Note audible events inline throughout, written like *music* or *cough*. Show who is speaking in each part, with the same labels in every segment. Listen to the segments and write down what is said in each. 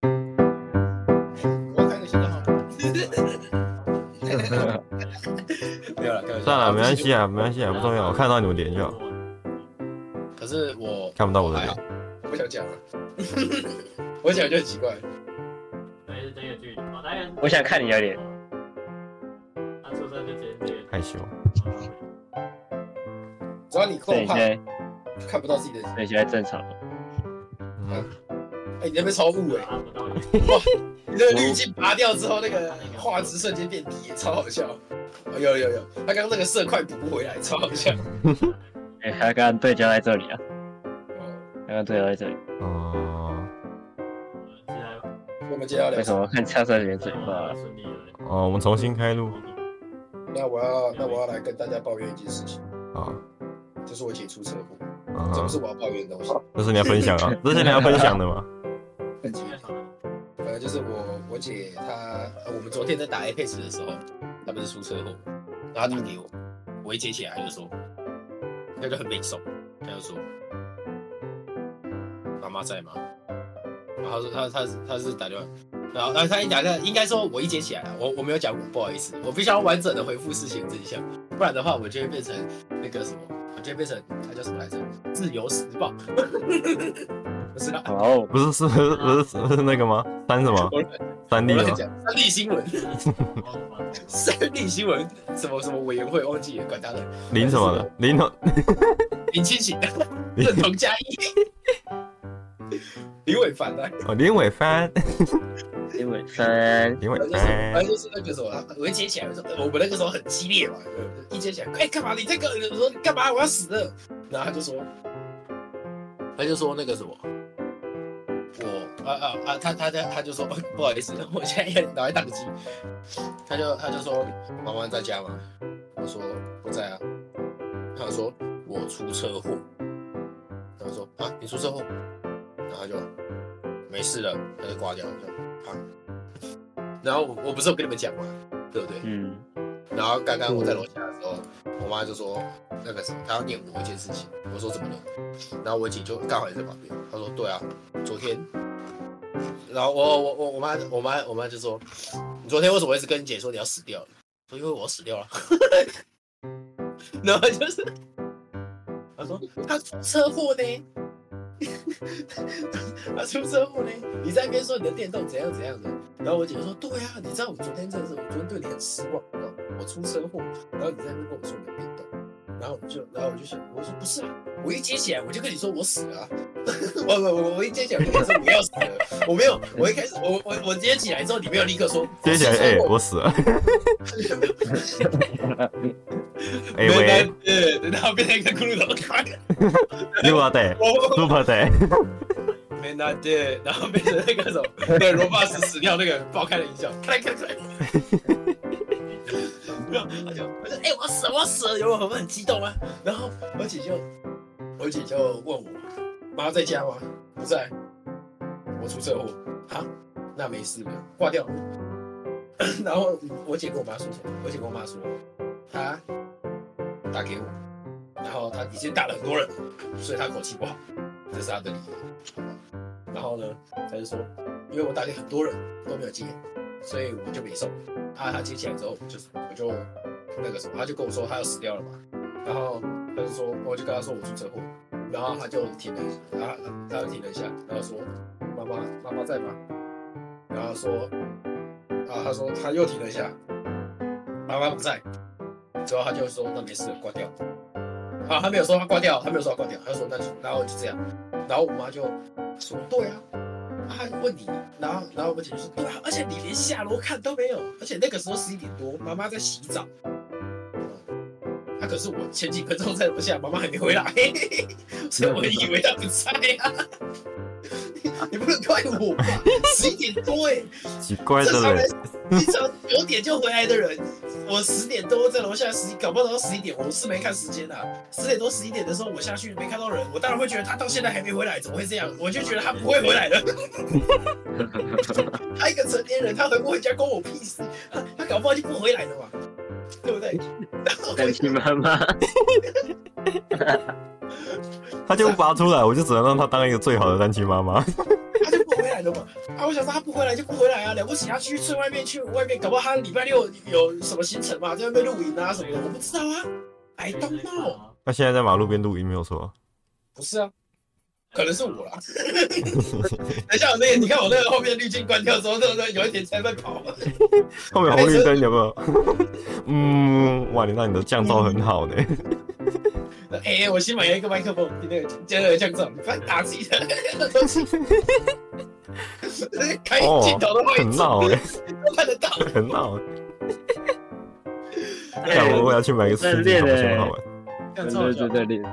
Speaker 1: *laughs*
Speaker 2: 算了，没关系啊，没关系啊，不重要。我看到你们脸
Speaker 1: 啊
Speaker 2: 就好，
Speaker 1: 可是我
Speaker 2: 看不到我的
Speaker 1: 还好
Speaker 2: 脸。，
Speaker 1: 不想讲了，啊 *laughs* 我讲就很奇怪。
Speaker 3: 对，是真有距离。哦大概是
Speaker 4: 我想看你的脸。
Speaker 3: 他出生就直接这个
Speaker 2: 害羞，
Speaker 1: 只要你够
Speaker 4: 所以你
Speaker 1: 胖
Speaker 4: 现，在，
Speaker 1: 看不到自己的。
Speaker 4: 所以现在正常了。
Speaker 2: 嗯，
Speaker 1: 哎、你那边超雾哎、
Speaker 3: 拿不到脸。
Speaker 1: 你那个滤镜拔掉之后，那个画质瞬间变低、超好笑。哦、有有有，他刚刚那个色块补不回来，超好笑。
Speaker 4: 哎、他刚刚对焦在这里啊，
Speaker 1: 哦
Speaker 4: 刚刚对焦在这里。
Speaker 2: 哦
Speaker 3: 现在
Speaker 1: 我们接下来
Speaker 4: 为
Speaker 1: 聊
Speaker 4: 什么看恰在你的嘴
Speaker 3: 生
Speaker 4: 巴
Speaker 3: 活？顺利了。
Speaker 2: 哦，我们重新开录
Speaker 1: 那我要那我要来跟大家抱怨一件事情，
Speaker 2: 啊
Speaker 1: 就是我姐出车祸，
Speaker 2: 啊
Speaker 1: 这不
Speaker 2: 哈，
Speaker 1: 是我要抱怨的东
Speaker 4: 哦
Speaker 1: 西。
Speaker 2: 这是你要分享
Speaker 1: *laughs*
Speaker 2: 啊，这是你要分享的吗？ *laughs*
Speaker 1: 很奇怪呃，就是我我姐她，呃我们昨天在打 Apex 的时候，她不是出车祸，然后她打给我，我一接起来她就说，那个很没手，她就说，妈妈在吗？然后她说她她她是打电话，然后然后呃她一打电话，应该说我一接起来啊，我我没有讲我不好意思，我必须要完整的回复事情的真相，不然的话我就会变成那个什么，我就会变成她叫什么来着，《自由时报》， *laughs* 不是啊，
Speaker 4: 哦，
Speaker 2: 不是是是是是那个吗？三什么？
Speaker 1: 我
Speaker 2: 三 D
Speaker 1: 我
Speaker 2: 吗
Speaker 1: 乱？讲，三立新闻。三立新闻什么什么委员会忘记了，管他的，
Speaker 2: 零什么的？哦零头
Speaker 1: 林清醒、认同加一、 *laughs* 李伟凡啊，
Speaker 2: 哦，林伟
Speaker 1: *laughs*
Speaker 2: 帆，
Speaker 4: 因为三，
Speaker 2: 林伟
Speaker 1: 反正就是反
Speaker 2: 帆
Speaker 1: 正，就是那个什么，我一接起来，我说我们那个时候很激烈嘛，一接起来，哎、干嘛你这个？我说干嘛？我要死了。然后他就说，他就说那个什么。我啊啊啊！他他他他就说、 *laughs* 不好意思，我现在脑袋宕机。他就他就说妈妈在家吗？我说不在啊。他说我出车祸。然后说啊你出车祸，然后他就没事了，他就挂掉了。我就啊，然后我我不是有跟你们讲吗？对不对？
Speaker 4: 嗯，
Speaker 1: 然后刚刚我在楼下的时候，我妈就说那个什么，她要念我一件事情。我说怎么了？然后我姐就刚好也在旁边，她说对啊，昨天。然后我我我我妈我妈我妈就说，你昨天为什么一直跟你姐说你要死掉了？我说因为我死掉
Speaker 2: *laughs*
Speaker 1: 了。 *laughs* 然后就是，她说她出车祸呢， *laughs* 她出车祸呢，你在那边说你的电动怎样怎样的。然后我姐就说：“对啊，你知道我昨天真的是，我昨天对你很失望，然后我出车祸，然后你在那边跟我说你的病痛，然后我就，然后我就想，我说不是啊，我一接起来我就跟你说我死了、啊， *laughs* 我我我我一接起来我就跟你说我要死了，我没有，我一开始我我我接起来之后，你没有立刻说
Speaker 2: 接起来，哎，
Speaker 1: 我
Speaker 2: 我死了， *laughs*
Speaker 1: 出车祸
Speaker 2: 哎
Speaker 1: 没有
Speaker 2: 喂
Speaker 1: 对，对然后变成一个骷髅头，咔
Speaker 2: ，Super Day
Speaker 1: 我我
Speaker 2: Super Day，
Speaker 1: 没拿对， *laughs* 然后变成那个什么，那个罗巴斯死掉那个爆开的音效，看看看。然后他就我说：“哎、我死了，我死了！”有我很激动吗？然后我姐就，我姐就问我：“妈在家吗？”不在，我出车祸。好，那没事了， *coughs* 挂掉。然后我姐跟我妈说什么？我姐跟我妈说，她打给我，然后她已经打了很多人，所以她口气不好，这是她的理由。然后呢，他就说，因为我打给很多人都没有接，所以我就没送。他他接起来之后，就是我就那个什么，他就跟我说他要死掉了嘛。然后他就说，我就跟他说我出车祸，然后他就停了，然后他就停了一下，然后说妈妈妈妈在吗？然后说，然后他说他又停了一下，妈妈不在。之后他就说那没事了，挂掉。啊，他没有说他挂掉，他没有说他挂掉，他就说那就然后我就这样，然后我妈就说对啊，他问你，然后然后我姐就说对啊，而且你连下楼看都没有，而且那个时候十一点多，妈妈在洗澡。啊，可是我前几分钟在楼下，妈妈还没回来， *laughs* 所以我以为她不在啊。 *laughs* 你不能怪我，十一点多哎、
Speaker 2: 奇怪的
Speaker 1: 这
Speaker 2: 嘞，
Speaker 1: 平常九点就回来的人，我十点多在楼下十一，搞不好到十一点，我是没看时间啊。十点多十一点的时候我下去没看到人，我当然会觉得他到现在还没回来，怎么会这样？我就觉得他不会回来了。 *laughs* 他一个成年人，他回不回家关我屁事，他他搞不好就不回来了嘛，对不对？然后
Speaker 4: 担心妈妈。
Speaker 2: 他就拔出来，我就只能让他当一个最好的单亲妈妈。 *laughs*
Speaker 1: 他就不回来了嘛。啊，我想说他不回来就不回来啊，了不起他去村外面去外面，搞不好他礼拜六有什么行程嘛，在外面露营啊什么的，我不知道啊，I don't know。
Speaker 2: 那现在在马路边录音没有错，
Speaker 1: 不是啊，可能是我
Speaker 2: *laughs*
Speaker 1: 啦。等一下，我那个你看我那个后面滤镜关掉之后，对不对？有一点在在跑。
Speaker 2: 后面红绿灯有没有？ *laughs* 嗯，哇，你那你的降噪很好呢。
Speaker 1: 哎、我新买了一个麦克风，那个接着降噪，你不要打自己
Speaker 2: *laughs*
Speaker 1: 的 *laughs* 东西。开镜头的位置，
Speaker 2: *laughs* 很闹哎、
Speaker 1: 都看得到。
Speaker 2: 很闹、欸。
Speaker 4: 哎
Speaker 2: 那我我要去买个
Speaker 4: 真
Speaker 2: 吃
Speaker 4: 的
Speaker 2: 鸡，
Speaker 4: 练
Speaker 2: 好
Speaker 4: 欸
Speaker 2: 像好玩。
Speaker 1: 降噪
Speaker 4: 对对对对，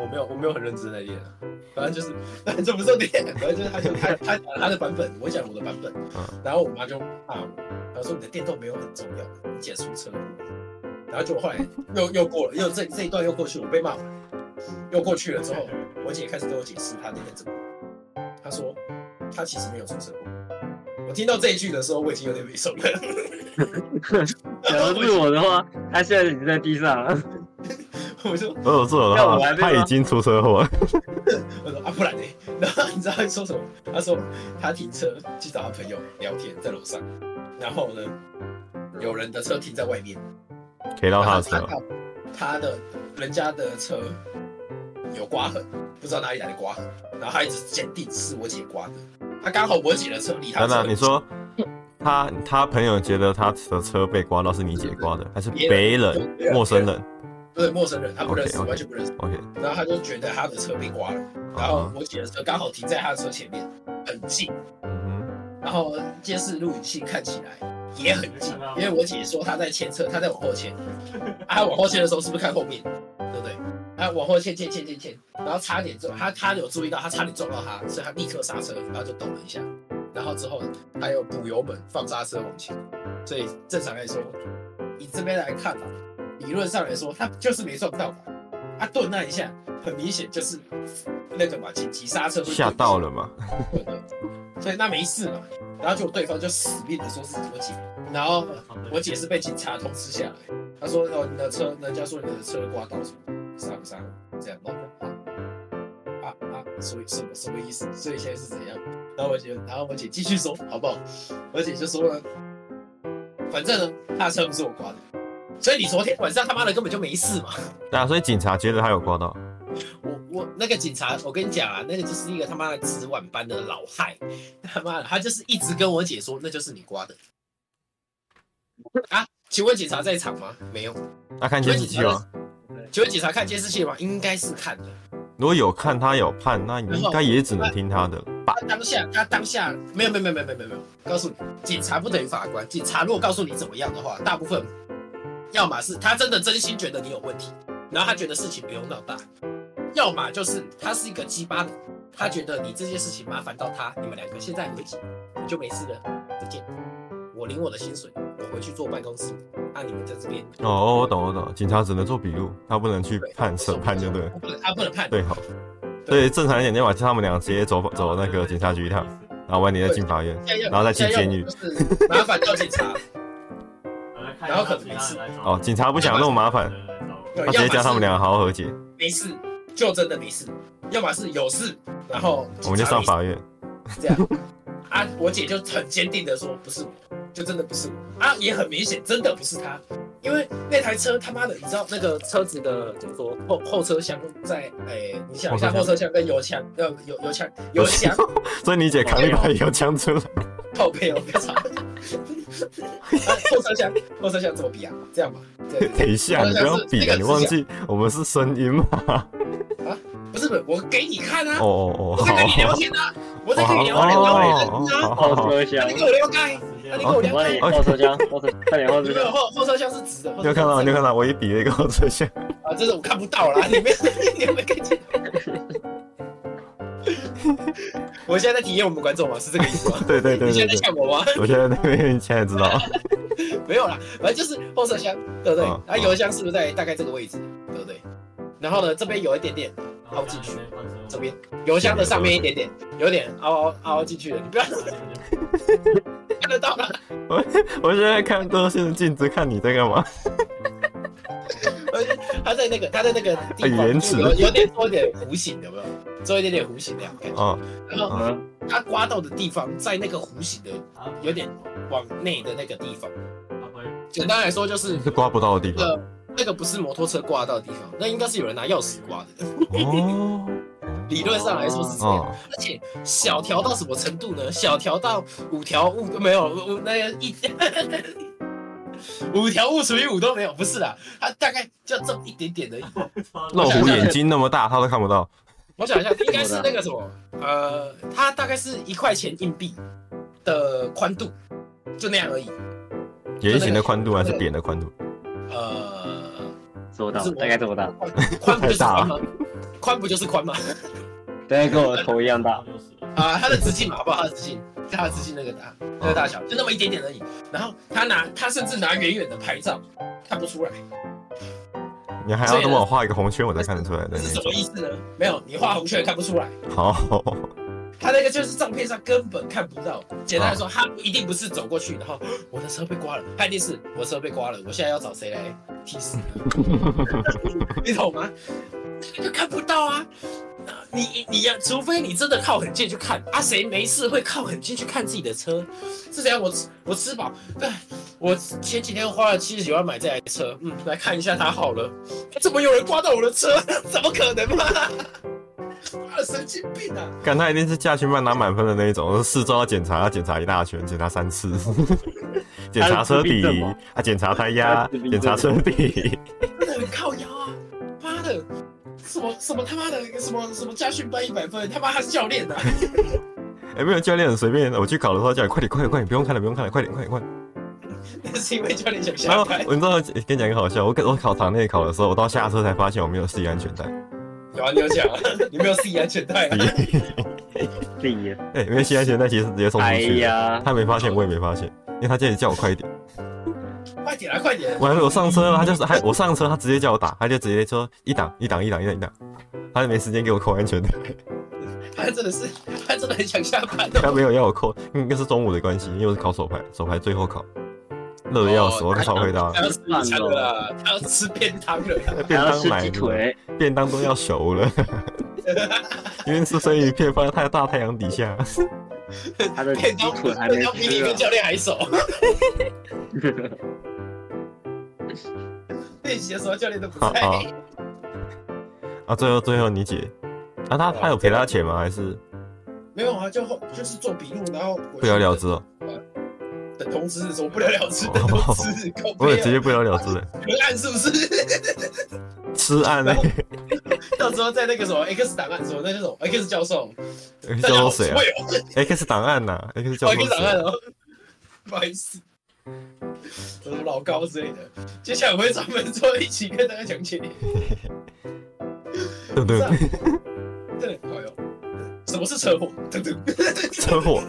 Speaker 1: 我没有，我没有很认真在练啊。反正就是，反正这不是重点，反正就是他就他他讲他的版本，我讲我的版本，
Speaker 2: 嗯
Speaker 1: 然后我妈就骂我，她说你的电动没有很重要，你姐出车祸，然后就后来又又过了，又这这一段又过去，我被骂完，又过去了之后，我姐开始跟我解释她那个怎么，她说她其实没有出车祸。我听到这一句的时候，我已经有点没手了。 *laughs*
Speaker 4: 假如是我的话，他现在已经在地上了。
Speaker 1: 我就
Speaker 2: 如果是我的
Speaker 4: 那
Speaker 2: 话
Speaker 4: 我还，被
Speaker 2: 他已
Speaker 4: 吗
Speaker 2: 经出车祸了。
Speaker 1: 我说啊，不然呢？ *laughs* 然后你知道他说什么？他说他停车去找他朋友聊天，在楼上，然后呢，有人的车停在外面，
Speaker 2: 可以到他的车
Speaker 1: 然后，他的人家的车有刮痕，不知道哪里来的刮痕，然后他一直鉴定是我姐刮的，他刚好我姐的车离他
Speaker 2: 等
Speaker 1: 车
Speaker 2: 等，你说他他朋友觉得他的车被刮到是你姐刮的，还是别
Speaker 1: 别人
Speaker 2: 人
Speaker 1: 别人
Speaker 2: 陌生人
Speaker 1: 对陌生人，他不认识
Speaker 2: OK，OK
Speaker 1: 完全不认识，
Speaker 2: ？OK，
Speaker 1: 然后他就觉得他的车被刮了，然后
Speaker 2: 啊，
Speaker 1: 我姐的车刚好停在他的车前面，很近。
Speaker 2: 嗯
Speaker 1: 然后监视录影器看起来也很近，因为我姐说她在前侧，她在往后切，啊，她往后切的时候是不是看后面，对不对？啊，往后切切切切切，然后差点撞她，她有注意到她差点撞到她，所以她立刻刹车，然后就抖了一下，然后之后她又补油门放刹车往前，所以正常来说，以这边来看啊，理论上来说她就是没撞到嘛，啊，顿那一下，很明显就是那个嘛，紧急刹车
Speaker 2: 哼，
Speaker 1: 会顿一下
Speaker 2: 吓到了嘛？ *laughs*
Speaker 1: 对的，所以那没事嘛。然后啊就对方就死命的说是我姐，然后我姐是被警察通知下来，她说哦你的车，人家说你的车刮到什么，杀不杀我这样，然后我就啊啊啊，所以什么什么意思？所以现在是怎样？然后我姐，然后我姐继续说好不好？我姐就说了，反正呢，她的车不是我刮的，所以你昨天晚上他妈的根本就没事嘛。
Speaker 2: 对啊，所以警察觉得他有刮到，
Speaker 1: 我我那个警察，我跟你讲啊，那个就是一个他妈的值晚班的老害，他妈的，他就是一直跟我姐说，那就是你刮的。啊，请问警察在场吗？没有。
Speaker 2: 那看监视器哦吗？
Speaker 1: 请问警察看监视器吗？应该是看的。
Speaker 2: 如果有看他有判，那你应该也只能听他的吧？
Speaker 1: 他当下，他当下没有没有没有没有没有没有没有，告诉你，警察不等于法官。警察如果告诉你怎么样的话，大部分要么是他真的真心觉得你有问题，然后他觉得事情不用闹大；要么就是他是一个鸡巴人，他觉得你这件事情麻烦到他，你们两个现在和解，你就没事了，再见。我领我的薪水，我回去坐办公室。那、你们在这边
Speaker 2: 哦，我懂我懂，警察只能做笔录，他不能去判审判，就对了，
Speaker 1: 他不能他啊不能判
Speaker 2: 对好。所以正常一点，你把他们俩直接走走那个警察局一趟，然后晚点再进法院。 *laughs* 然后再去监狱，
Speaker 1: 现在要就是呃麻烦到警察。
Speaker 3: 然后可能没事
Speaker 2: 哦，警察不想那么麻烦，
Speaker 1: 对
Speaker 2: 他直接
Speaker 1: 要么
Speaker 2: 叫他
Speaker 1: 是
Speaker 2: 们俩好好和解，
Speaker 1: 没事，就真的没事；要么是有事，然后
Speaker 2: 我们就上法院。
Speaker 1: 这样。啊，我姐就很坚定的说不是我，就真的不是我啊，也很明显真的不是她，因为那台车他妈的，你知道那个车子的怎么说后后车厢在诶、你想一下后
Speaker 2: 后
Speaker 1: 车厢跟油箱呃油油箱油箱
Speaker 2: 所以你姐扛一把油枪出来，
Speaker 1: 靠背哦，别吵。啊后车厢后车厢怎么比啊？这样吧，对对对
Speaker 2: 等一下，你不要比
Speaker 1: 那个是
Speaker 2: 啊！你忘记我们是声音吗？
Speaker 1: 不是不是，我给你看啊，
Speaker 2: 哦哦
Speaker 1: 我
Speaker 2: 哦，
Speaker 1: 在
Speaker 2: 好，
Speaker 1: 跟你聊天啊，我在跟你聊天，我在跟你聊天啊，
Speaker 2: 好
Speaker 4: 后
Speaker 2: 好，
Speaker 4: 车厢
Speaker 1: 啊，你给我聊开。
Speaker 4: 我帮你后车
Speaker 1: *laughs*
Speaker 4: 厢，后车快点后
Speaker 1: 你
Speaker 4: 车
Speaker 1: 没有
Speaker 4: 厢，
Speaker 1: 后后车厢是直的，
Speaker 2: 你有看到，你有看到，我一比了一个后车厢，
Speaker 1: 啊，这是我看不到啦， *laughs* 你没有你有没有看见？ *laughs* 我现在在体验我们观众嘛，是这个意思吗？
Speaker 2: *laughs* 对对对
Speaker 1: 你
Speaker 2: 对
Speaker 1: 现在在
Speaker 2: 对，
Speaker 1: 看我吗？ *laughs*
Speaker 2: 我现在那边现在知道，
Speaker 1: 没有啦，反正就是后车厢，对不对
Speaker 2: 嗯？
Speaker 1: 然后油箱是不是在大概这个位置，对不对？然后呢，这边有一点点，
Speaker 3: 凹进去，
Speaker 1: 这边油箱的上面一点点，有点凹凹凹进去了，你不要看得到啦。 *laughs*
Speaker 2: 我现在看都是镜子，看你在干嘛？
Speaker 1: 他在那个他在那个地
Speaker 2: 很
Speaker 1: 方就
Speaker 2: 原始
Speaker 1: 有有点多点弧形，有没有？只有一点点弧形那样的感觉。
Speaker 2: 哦，
Speaker 1: 然后
Speaker 4: 嗯，
Speaker 1: 它刮到的地方，在那个弧形的
Speaker 3: 好，
Speaker 1: 有点往内的那个地方，
Speaker 3: 好回
Speaker 1: 简单来说就是
Speaker 2: 是刮不到的地
Speaker 1: 那
Speaker 2: 方。
Speaker 1: 个那个不是摩托车刮到的地方，那应该是有人拿钥匙刮的。
Speaker 2: 哦
Speaker 1: 理论上来说是这样，
Speaker 2: *laughs* 哦，
Speaker 1: 而且小调到什么程度呢？小调到五条悟没有，五那个一 *laughs* 五条悟除以五都没有，不是啦，它大概就这么一点点而已。
Speaker 2: 肉虎眼睛那么大，他都看不到。
Speaker 1: 我想一下，应该是那个什么，呃，它大概是一块钱硬币的宽度，就那样而已。
Speaker 2: 圆形的宽度还是扁的宽度？
Speaker 1: 呃，
Speaker 4: 做到
Speaker 1: 是，我
Speaker 4: 大概这么大，
Speaker 1: 宽宽不就是宽吗？宽不就是宽吗？
Speaker 4: 大概跟我的头一样大。
Speaker 1: 啊，它的直径嘛，好不好？它的直径，它的直径那个大，那个大小就那么一点点而已。然后他拿，他甚至拿远远的拍照，看不出来，
Speaker 2: 你还要等我画一个红圈，我才看得出来的
Speaker 1: 这是
Speaker 2: 那
Speaker 1: 什么
Speaker 2: 种。
Speaker 1: 意思呢？没有，你画红圈也看不出来，
Speaker 2: 好，
Speaker 1: 他那个就是照片上根本看不到。简单来说，他一定不是走过去，然后我的车被刮了，他一定是我车被刮了，我现在要找谁来替死呢？你懂吗？就看不到啊。你你要，除非你真的靠很近去看啊，谁没事会靠很近去看自己的车？是这样，我吃我吃饱，哎，我前几天花了七十几万买这台车，嗯，来看一下它好了。怎么有人刮到我的车？ *laughs* 怎么可能嘛？ *laughs* 妈的神经病啊！
Speaker 2: 干他一定是驾训班拿满分的那一种，四周要检查，要检查一大圈，检查三次， *laughs* 检查车底，啊，检查胎压，检查车底，
Speaker 1: 真的很靠腰啊！妈的，什么什么他妈的什么什么家训班一百分，他妈他是教练的、啊， *laughs*
Speaker 2: 哎，没有教练很随便，我去考的时候叫你快点，快点，快点，不用看了，不用看了，快点，快点，快点。
Speaker 1: 那是因为教练想
Speaker 2: 然
Speaker 1: 下
Speaker 2: 后
Speaker 1: 拍。
Speaker 2: 我你知道，跟你讲一个好笑，我我考堂内考的时候，我到下车才发现我没有系安全带，
Speaker 1: 有啊，你有讲
Speaker 2: *laughs*
Speaker 1: 啊，你没有系安全带啊？
Speaker 4: 第一，
Speaker 2: 哎，因为系安全带其实直接冲出
Speaker 4: 哎
Speaker 2: 去，
Speaker 4: 呀，
Speaker 2: 他没发现，我也没发现，因为他这里叫我快一点。
Speaker 1: 快点啊，快点！
Speaker 2: 完了，我上车了，他就是还我上车，他直接叫我打，他就直接说一档一档一档一档一档，他就没时间给我扣安全带，
Speaker 1: 他真的是，他真的很想下班
Speaker 2: 他
Speaker 1: 哦。
Speaker 2: 没有要我扣，应该是中午的关系，因为我是考手牌，手牌最后考，热的要死，
Speaker 1: 哦
Speaker 2: 我超会打
Speaker 1: 他，要吃午餐了啦，他要吃便当了啦。
Speaker 2: 便
Speaker 4: 还要
Speaker 2: 当
Speaker 4: 吃
Speaker 2: 买
Speaker 4: 鸡
Speaker 2: 的，
Speaker 4: 腿，
Speaker 2: 便当都要熟了， *laughs* 因为是生鱼片放在太大太阳底下，
Speaker 4: 他的鸡
Speaker 1: 便当，
Speaker 4: 腿还没
Speaker 1: 便当比你
Speaker 4: 吃
Speaker 1: 跟
Speaker 4: 啊。
Speaker 1: 教练还熟。
Speaker 4: *laughs*
Speaker 1: 练习的时候教练都不在。
Speaker 2: 好好啊，最后最后你姐，啊他他有赔他钱吗？还是
Speaker 1: 没有啊，就后就是做笔录，然后
Speaker 2: 不了了之哦？
Speaker 1: 等通知是什么不了了之，等通知，靠
Speaker 2: 我
Speaker 1: 背
Speaker 2: 也
Speaker 1: 啊
Speaker 2: 直接不了了之了，
Speaker 1: 文案是不是？
Speaker 2: 吃案 *laughs* 嘞，
Speaker 1: 到时候在那个什么 X 档案什么那种 X 教授，大家
Speaker 2: 叫做
Speaker 1: 好，
Speaker 2: 谁啊
Speaker 1: 我有
Speaker 2: ？X 档案呐，X 叫
Speaker 1: 我
Speaker 2: 做
Speaker 1: 有 X 档
Speaker 2: 谁
Speaker 1: 案
Speaker 2: 啊？
Speaker 1: 哦，不好意思，什么老高之类的，接下来我会专门做一期跟大家讲解。
Speaker 2: 对对
Speaker 1: 是啊，对，好哟。什么是车祸？等等，
Speaker 2: 车祸。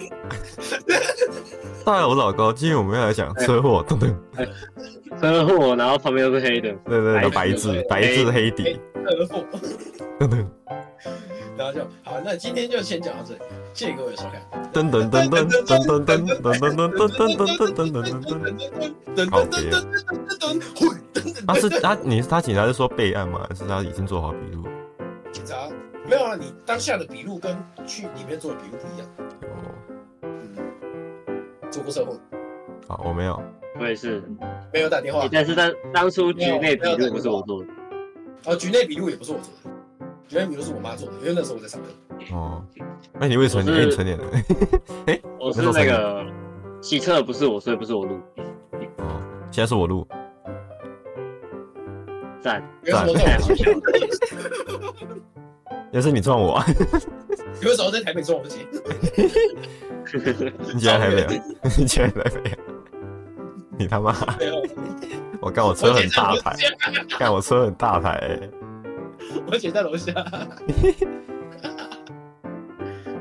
Speaker 2: 大家好，我是老高，今天我们要来讲车祸，等等，
Speaker 4: 车祸，然后旁边又是黑的，
Speaker 2: 对对对，白
Speaker 4: 白
Speaker 2: 字
Speaker 1: 字
Speaker 2: 白字黑底，
Speaker 1: 车祸。
Speaker 2: 等等
Speaker 1: 然后就好，那今天就先讲到这里，谢谢各位的收看。
Speaker 2: 噔噔噔噔噔噔噔噔噔噔噔噔噔噔噔噔噔。他是他你他警察是说备案吗？还是他已经做好笔录？
Speaker 1: 警察没有啊，你当下的笔录跟去里面做的笔录不一样。
Speaker 2: 哦，
Speaker 1: 嗯，出过车祸，
Speaker 2: 好，我没有。
Speaker 4: 我也是。
Speaker 1: 没有打电话，
Speaker 4: 但是当当初局内笔录不是我做的，
Speaker 1: 哦，局内笔录也不是我做的，局内笔录是我妈做的，因为那时候我在上课。
Speaker 2: 哦，那你未成年，
Speaker 4: 我是
Speaker 2: 哎你成年了。
Speaker 4: 我是那个洗车不是我，所以不是我录。
Speaker 2: 哦，现在是我录， *laughs*
Speaker 4: 赞，
Speaker 1: 有什么在
Speaker 4: 太好笑了，
Speaker 2: 也是你撞我啊，
Speaker 1: 有时候在台北撞我姐，
Speaker 2: 你竟然台北啊，你竟然台北啊，你他妈！
Speaker 1: 没有，
Speaker 2: 我干哎我车很大台，干我车很大台、欸。
Speaker 1: 我姐在楼下。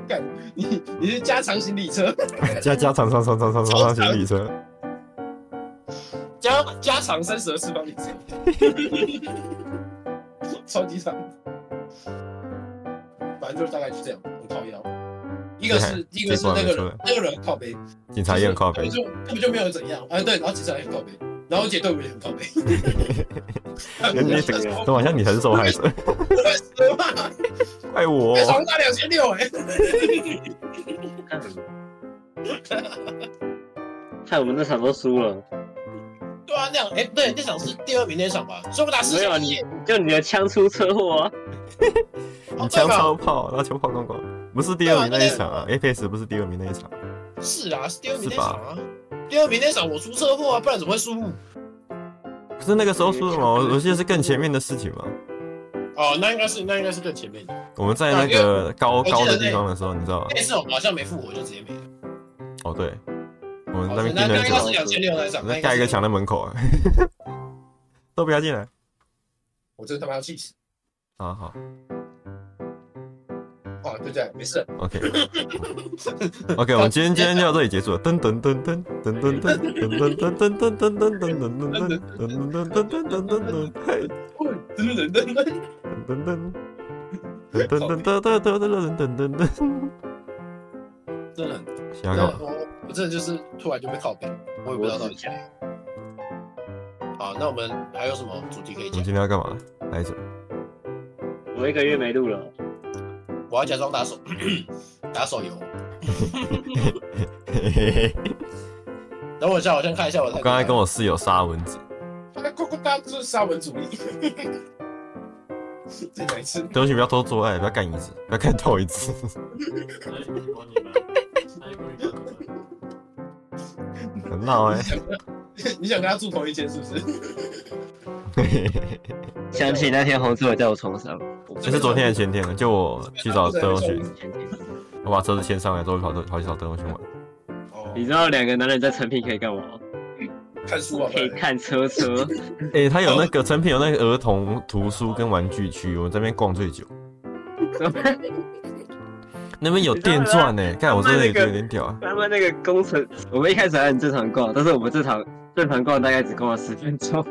Speaker 1: 干你你是加长行李车，
Speaker 2: 加加长长长长长长长行李车，
Speaker 1: 加加长三十二次方里程，超级长。反正就是大概就这样，很靠腰。一个是一个是那个人，那个人靠背，
Speaker 2: 警察也很靠
Speaker 1: 根
Speaker 2: 北
Speaker 1: 啊本。就根本就没有怎样。哎、对，然后警察也很靠背，然后我姐对我也很靠背，
Speaker 2: *laughs* 你
Speaker 1: *laughs*
Speaker 4: 整个
Speaker 2: 都好像你才是受害者，
Speaker 1: 快死吧！
Speaker 2: 怪我
Speaker 1: 被床大两千六哎，
Speaker 4: *laughs* 看我们那场都输了，
Speaker 1: 对啊，那样哎，不对，那场是第二名那场吧？说不打四
Speaker 4: 没有啊
Speaker 1: 千
Speaker 4: 你
Speaker 1: 一，
Speaker 4: 就你的枪出车祸啊！
Speaker 2: 你
Speaker 1: 哦
Speaker 2: 枪超炮，然后球炮弄光，不是第二名那一场啊，Apex 不是第二名那一场，
Speaker 1: 是啊，是第二名那
Speaker 2: 是吧
Speaker 1: 场啊。第二名那场我出车祸啊，不然怎么会输？
Speaker 2: 可是那个时候输什么？我记得是更前面的事情嘛。
Speaker 1: 哦，那应该是那应该是更前面的。
Speaker 2: 我们在那个高高的地方的时候，你知道吗？
Speaker 1: 那次我好像没付，我就直接没了。
Speaker 2: 哦，对，我们嗯那
Speaker 1: 哦
Speaker 2: 边
Speaker 1: 那那
Speaker 2: 盯了
Speaker 1: 应
Speaker 2: 很
Speaker 1: 该是
Speaker 2: 久，
Speaker 1: 两千六那场，
Speaker 2: 我
Speaker 1: 那
Speaker 2: 在
Speaker 1: 应该
Speaker 2: 盖
Speaker 1: 是
Speaker 2: 一个墙，在门口啊，都不要进来。
Speaker 1: 我真他妈要气死！
Speaker 2: 啊，好
Speaker 1: 哦，就这样，没
Speaker 2: *laughs*
Speaker 1: 事。
Speaker 2: ，OK，OK，我们今天今天就到这里结束了。噔噔噔噔噔噔噔噔噔噔噔噔噔噔噔噔噔噔噔噔噔噔噔，嘿。
Speaker 1: 真的人真的人，
Speaker 2: 噔噔噔噔噔噔噔噔噔
Speaker 1: 哦真
Speaker 2: 噔噔噔噔，
Speaker 1: 的很那
Speaker 2: 想搞
Speaker 1: 我我真的就是突然就被靠背，我也不知道到底谁。好，那我们还有什么主题可以
Speaker 2: 我
Speaker 1: 讲
Speaker 2: 们今？天要干嘛？来着，
Speaker 4: 我一个月没录了，
Speaker 1: 我要假装打手， *clears throat* 打手游。
Speaker 2: 嘿嘿嘿
Speaker 1: 等我一下，我先看一下我的。哎
Speaker 2: 我刚才跟我室友杀蚊子，
Speaker 1: 他在咕咕哒，就是沙文主义。 *laughs* 再讲一次，
Speaker 2: 对不起，不要偷做爱，不要干椅子，不要干头椅子。
Speaker 1: *laughs*
Speaker 2: 很闹哎、
Speaker 1: 你想跟他住同一间是不是？
Speaker 2: 欸，
Speaker 4: 想起那天红志伟在我床上，
Speaker 2: 这是昨天的前天了，就我去找德荣去，
Speaker 4: 前天
Speaker 2: 我把车子牵上来之后跑跑去找德荣去玩，
Speaker 1: 哦，
Speaker 4: 你知道两个男人在成品可以干嘛吗？
Speaker 1: 看书啊，
Speaker 4: 可以看
Speaker 1: *laughs*
Speaker 4: 车车，
Speaker 2: 哎、他有那
Speaker 4: 哦
Speaker 2: 个成品有那个儿童图书跟玩具区，我们这边逛最久，那边有电钻呢、欸，看我真的觉得有点屌啊，
Speaker 4: 他们那个工程，我们一开始还很正常逛，但是我们这场正常逛大概只逛了十分钟，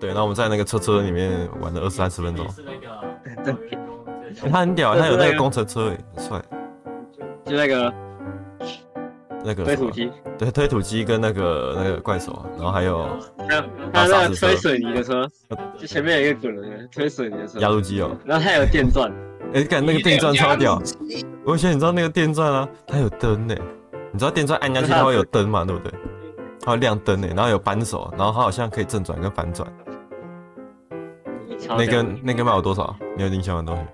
Speaker 2: 对，然后我们在那个车车里面玩了二三十分钟，
Speaker 4: 嗯
Speaker 3: 是那个呃
Speaker 2: 欸他很屌、欸，他有那
Speaker 4: 啊
Speaker 2: 个工程车哎、很帅。
Speaker 4: 就那个
Speaker 2: 那个
Speaker 4: 推
Speaker 2: 什么
Speaker 4: 土机，
Speaker 2: 对推土机跟那个那个怪兽啊，然后还有
Speaker 3: 呃
Speaker 4: 还有还有那个推水泥的车，
Speaker 2: 呃
Speaker 4: 就前面有一个滚轮的推水泥的车，
Speaker 2: 压路机哦，
Speaker 4: 然后它有电钻，
Speaker 2: 哎、看那个电钻超屌！我想你知道那个电钻啊，它有灯呢、你知道电钻按下去它会有灯嘛，对不对？它会亮灯呢、然后有扳手，然后它好像可以正转跟反转。
Speaker 4: 那
Speaker 2: 那根那根卖我多少？你有印象的东西？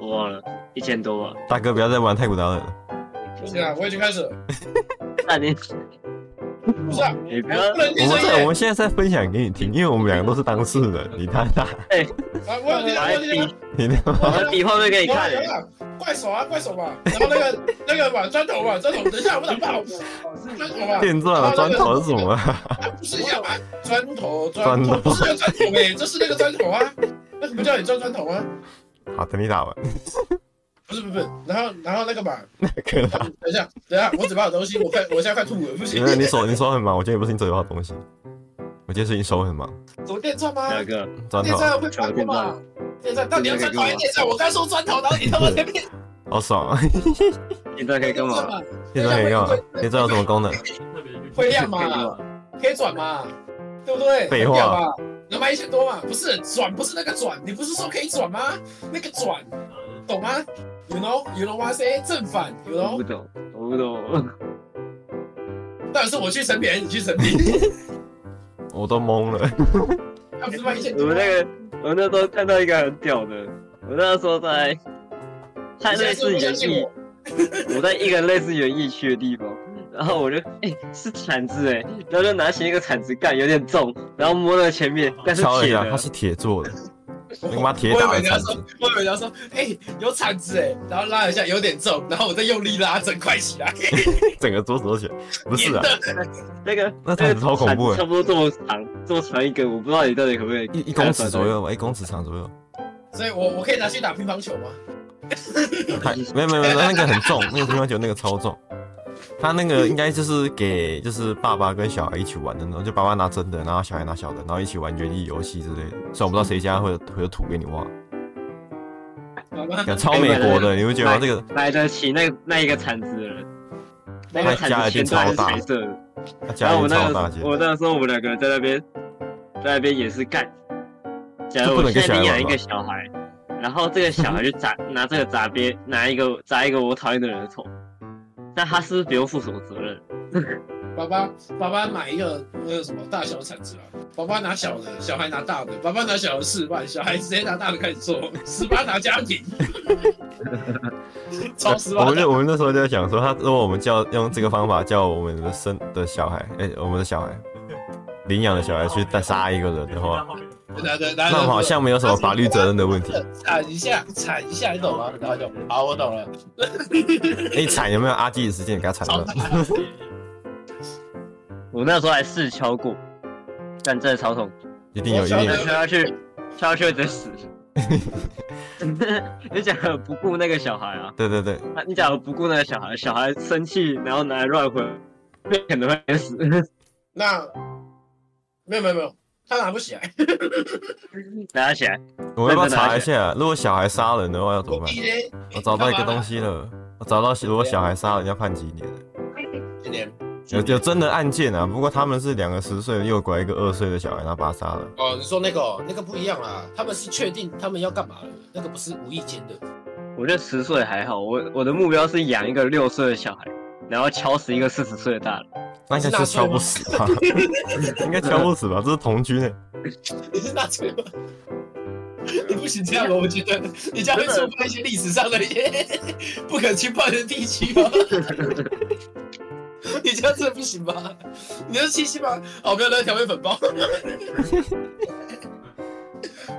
Speaker 4: 我忘了一千多吧，
Speaker 2: 大哥不要再玩太古达人了，
Speaker 1: 是啊，我已经开始了，
Speaker 4: 那你
Speaker 1: 不是啊，
Speaker 4: 你不
Speaker 1: 我
Speaker 4: 要
Speaker 1: 不能
Speaker 2: 我
Speaker 1: 听
Speaker 2: 们
Speaker 1: 声
Speaker 2: 在我
Speaker 1: 音
Speaker 2: 们现在在分享给你听，因为我们两个都是当事人，你他大，
Speaker 1: 啊，我有听
Speaker 4: 我
Speaker 1: 到，我
Speaker 4: 还
Speaker 1: 有听到
Speaker 4: 比。
Speaker 2: 你他妈
Speaker 4: 我还比画面给你
Speaker 1: 有
Speaker 4: 看
Speaker 1: 啦
Speaker 4: 欸
Speaker 1: 有，啦，怪手啊，怪手嘛，然后那个那个嘛，砖头嘛，砖头，等一下，我想爆，砖头嘛，
Speaker 2: 电钻啊，砖头是什么、啊？
Speaker 1: 啊不是一样吗？砖头，
Speaker 2: 砖
Speaker 1: 砖头，不
Speaker 2: 头
Speaker 1: 是那个砖头哎，这是那个砖头啊，那个不叫你砖砖头吗？
Speaker 2: 好，等你打完。
Speaker 1: 不是不是，不是，然后然后那个嘛，
Speaker 2: 可
Speaker 1: 啊等一下等一下，我嘴巴有东西，我快我现在快吐了，不行
Speaker 2: 因，为你手你手很忙，我今天不是你手有好东西，我今天是你手很忙，
Speaker 1: 左电钻吗？
Speaker 4: 哪个？
Speaker 2: 砖
Speaker 1: 电
Speaker 2: 头
Speaker 1: 钻会反过嘛？电钻到底要砖头还是电钻？我刚说砖头，然后你他妈在变
Speaker 2: 好爽啊！
Speaker 4: 现在可以干嘛？？
Speaker 2: 电钻可以干嘛？电钻有什么功能？
Speaker 1: 会亮
Speaker 4: 可以干
Speaker 1: 嘛？
Speaker 4: 嘛？
Speaker 1: 可以转嘛，对不对？
Speaker 2: 废话
Speaker 1: 很屌吧，能卖一千多嘛？不是转，不是那个转，你不是说可以转吗？那个转，懂吗？You know, you know what I say？正反，you
Speaker 4: 我不
Speaker 1: know？
Speaker 4: 懂，我不懂。
Speaker 2: 嗯
Speaker 1: 到底是我去成品还是你 *laughs* 去成品？
Speaker 2: 我都懵了。
Speaker 1: 他不是卖一
Speaker 2: 嗯
Speaker 1: 千
Speaker 4: 我
Speaker 1: 多吗
Speaker 4: 们？那个，我那时候看到一个很屌的，我那时候在，在
Speaker 1: 你现在是
Speaker 4: 类似
Speaker 1: 不
Speaker 4: 园
Speaker 1: 相信
Speaker 4: 艺
Speaker 1: 我，？
Speaker 4: 我在一个类似园艺区的地方，然后我就，哎、是铲子哎、然后就拿起一个铲子干，有点重，然后摸到前面，但是
Speaker 2: 哦敲了一
Speaker 4: 铁
Speaker 2: 下，它
Speaker 4: 的，
Speaker 2: 是铁做的，那个妈铁
Speaker 1: 我以
Speaker 2: 打
Speaker 1: 为
Speaker 2: 的
Speaker 1: 你要
Speaker 2: 铲
Speaker 1: 说
Speaker 2: 子。，
Speaker 1: 我以为你要说，哎、有铲子哎，然后拉一下，有点重，然后我再用力拉，整块起来。
Speaker 2: 整个桌子都起来。不是啊，
Speaker 4: 那个
Speaker 2: 那铲子超恐怖欸
Speaker 4: 铲子差不多这么长，这么长一根，我不知道你到底可不可以
Speaker 2: 一一公尺左右吧，一公尺长左右。
Speaker 1: *laughs* 所以我我可以拿去打乒乓球吗？
Speaker 2: 还没有没有没有，那个很重，那个乒乓球那个超重。他那个应该就是给就是爸爸跟小孩一起玩的那种，就爸爸拿真的，然后小孩拿小的，然后一起玩园艺游戏之类的。虽然我不知道谁家会有会有土给你挖，
Speaker 1: 好吗？
Speaker 2: 哎超美国的，你会觉得吗这个
Speaker 4: 买得起那那一个铲子的人，那个
Speaker 2: 他家
Speaker 4: 毯子
Speaker 2: 一定
Speaker 4: 前段
Speaker 2: 超
Speaker 4: 是
Speaker 2: 大
Speaker 4: 彩色的，
Speaker 2: 他家
Speaker 4: 然后我
Speaker 2: 里
Speaker 4: 那
Speaker 2: 超
Speaker 4: 个
Speaker 2: 大间，
Speaker 4: 我那时候我们两个在那边，在那边也是干。假
Speaker 2: 这
Speaker 4: 如
Speaker 2: 不
Speaker 4: 我
Speaker 2: 能跟
Speaker 4: 现在
Speaker 2: 小孩
Speaker 4: 领养
Speaker 2: 玩
Speaker 4: 一
Speaker 2: 吧
Speaker 4: 个小孩，然后这个小孩就砸拿这个砸别拿一个砸一个我讨厌的人的头，那他是不是不用负什么责任？
Speaker 1: 爸爸爸爸买一个那个什么大小铲子啊，爸爸拿小的，小孩拿大的，爸爸拿小的示范，小孩直接拿大的开始做， *laughs* 十八拿家
Speaker 2: *laughs*
Speaker 1: 庭，超十
Speaker 2: 我
Speaker 1: 八
Speaker 2: 们
Speaker 1: 的
Speaker 2: 那我们那时候就在想说，他如果我们叫用这个方法叫我们的生的小孩，哎、我们的小孩领养的小孩去再杀一个人的话，
Speaker 1: 拿着拿
Speaker 2: 那
Speaker 1: 着
Speaker 2: 我们好像没有什么法律责任的问题。
Speaker 1: 铲一下铲一下，你懂吗？然后就好，我懂了，
Speaker 2: 你哎惨有没有阿基里斯腱给他惨
Speaker 1: 超
Speaker 2: 断
Speaker 1: 大？
Speaker 2: *laughs*
Speaker 4: 我那时候还试敲过，但真的超痛苦。
Speaker 2: 一定有，一定有
Speaker 4: 那。敲下去，敲下去会直接死。 *laughs* 你假如不顾那个小孩啊，
Speaker 2: 对对对，
Speaker 4: 啊你假如不顾那个小孩，小孩生气然后拿来乱混，那可能会死。 *laughs*
Speaker 1: 那没有没有没有，他拿不起来，
Speaker 4: 拿起来，
Speaker 2: 我要不要查一下？如果小孩杀人的话要怎么
Speaker 1: 我 *laughs*
Speaker 2: 办
Speaker 1: 弟？嘞，
Speaker 2: 我找到一个东西了，我找到如果小孩杀人要判几年？
Speaker 1: 今年
Speaker 2: 有有真的案件啊，不过他们是两个十岁的诱拐一个二岁的小孩，然后把他杀了。
Speaker 1: 哦，你说那个哦那个不一样啦，他们是确定他们要干嘛了，那个不是无意间的。
Speaker 4: 我觉得十岁还好，我我的目标是养一个六岁的小孩，然后敲死一个四十岁的大人。
Speaker 2: 那应该是敲不死吧？ *laughs* 应该敲不死吧？这是童军诶、
Speaker 1: 你 *laughs* 是大嘴巴，你不行这样吧？我觉得你这样会触犯一些历史上的一些不可侵犯的地区吧。 *laughs* 你这样真的不行吧？你这七七吧？哦，不要那调味粉 *laughs* 包。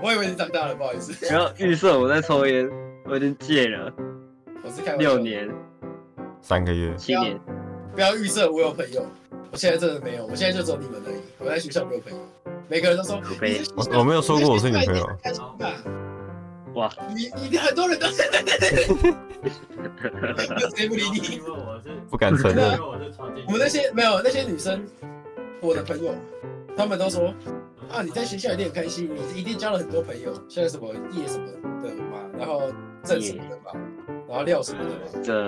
Speaker 1: 我以为你长大了，不好意思，
Speaker 4: 然后预设我在抽烟，我已经戒了
Speaker 1: 我是开玩笑
Speaker 4: 六
Speaker 1: 的。
Speaker 4: 年、
Speaker 2: 三个月，
Speaker 4: 七年，
Speaker 1: 不要预设我有朋友，我现在真的没有，我现在就只有你们而已。我在学校没有朋友，每个人都说
Speaker 4: 可悲
Speaker 1: 你是学校
Speaker 2: 我我没有说过我是女朋友。
Speaker 1: 你在学校干什么
Speaker 4: 哇！
Speaker 1: 你你很多人都是，谁不理你？
Speaker 3: 因为我是，
Speaker 2: 不敢承
Speaker 3: 因为 *laughs*
Speaker 2: 认。
Speaker 3: 我是传进去。
Speaker 1: 我们那些没有那些女生，我的朋友，他们都说啊，你在学校一定很开心，你一定交了很多朋友，像什么叶什么的嘛，然后郑什么的嘛，然后廖什么的嘛，
Speaker 4: 这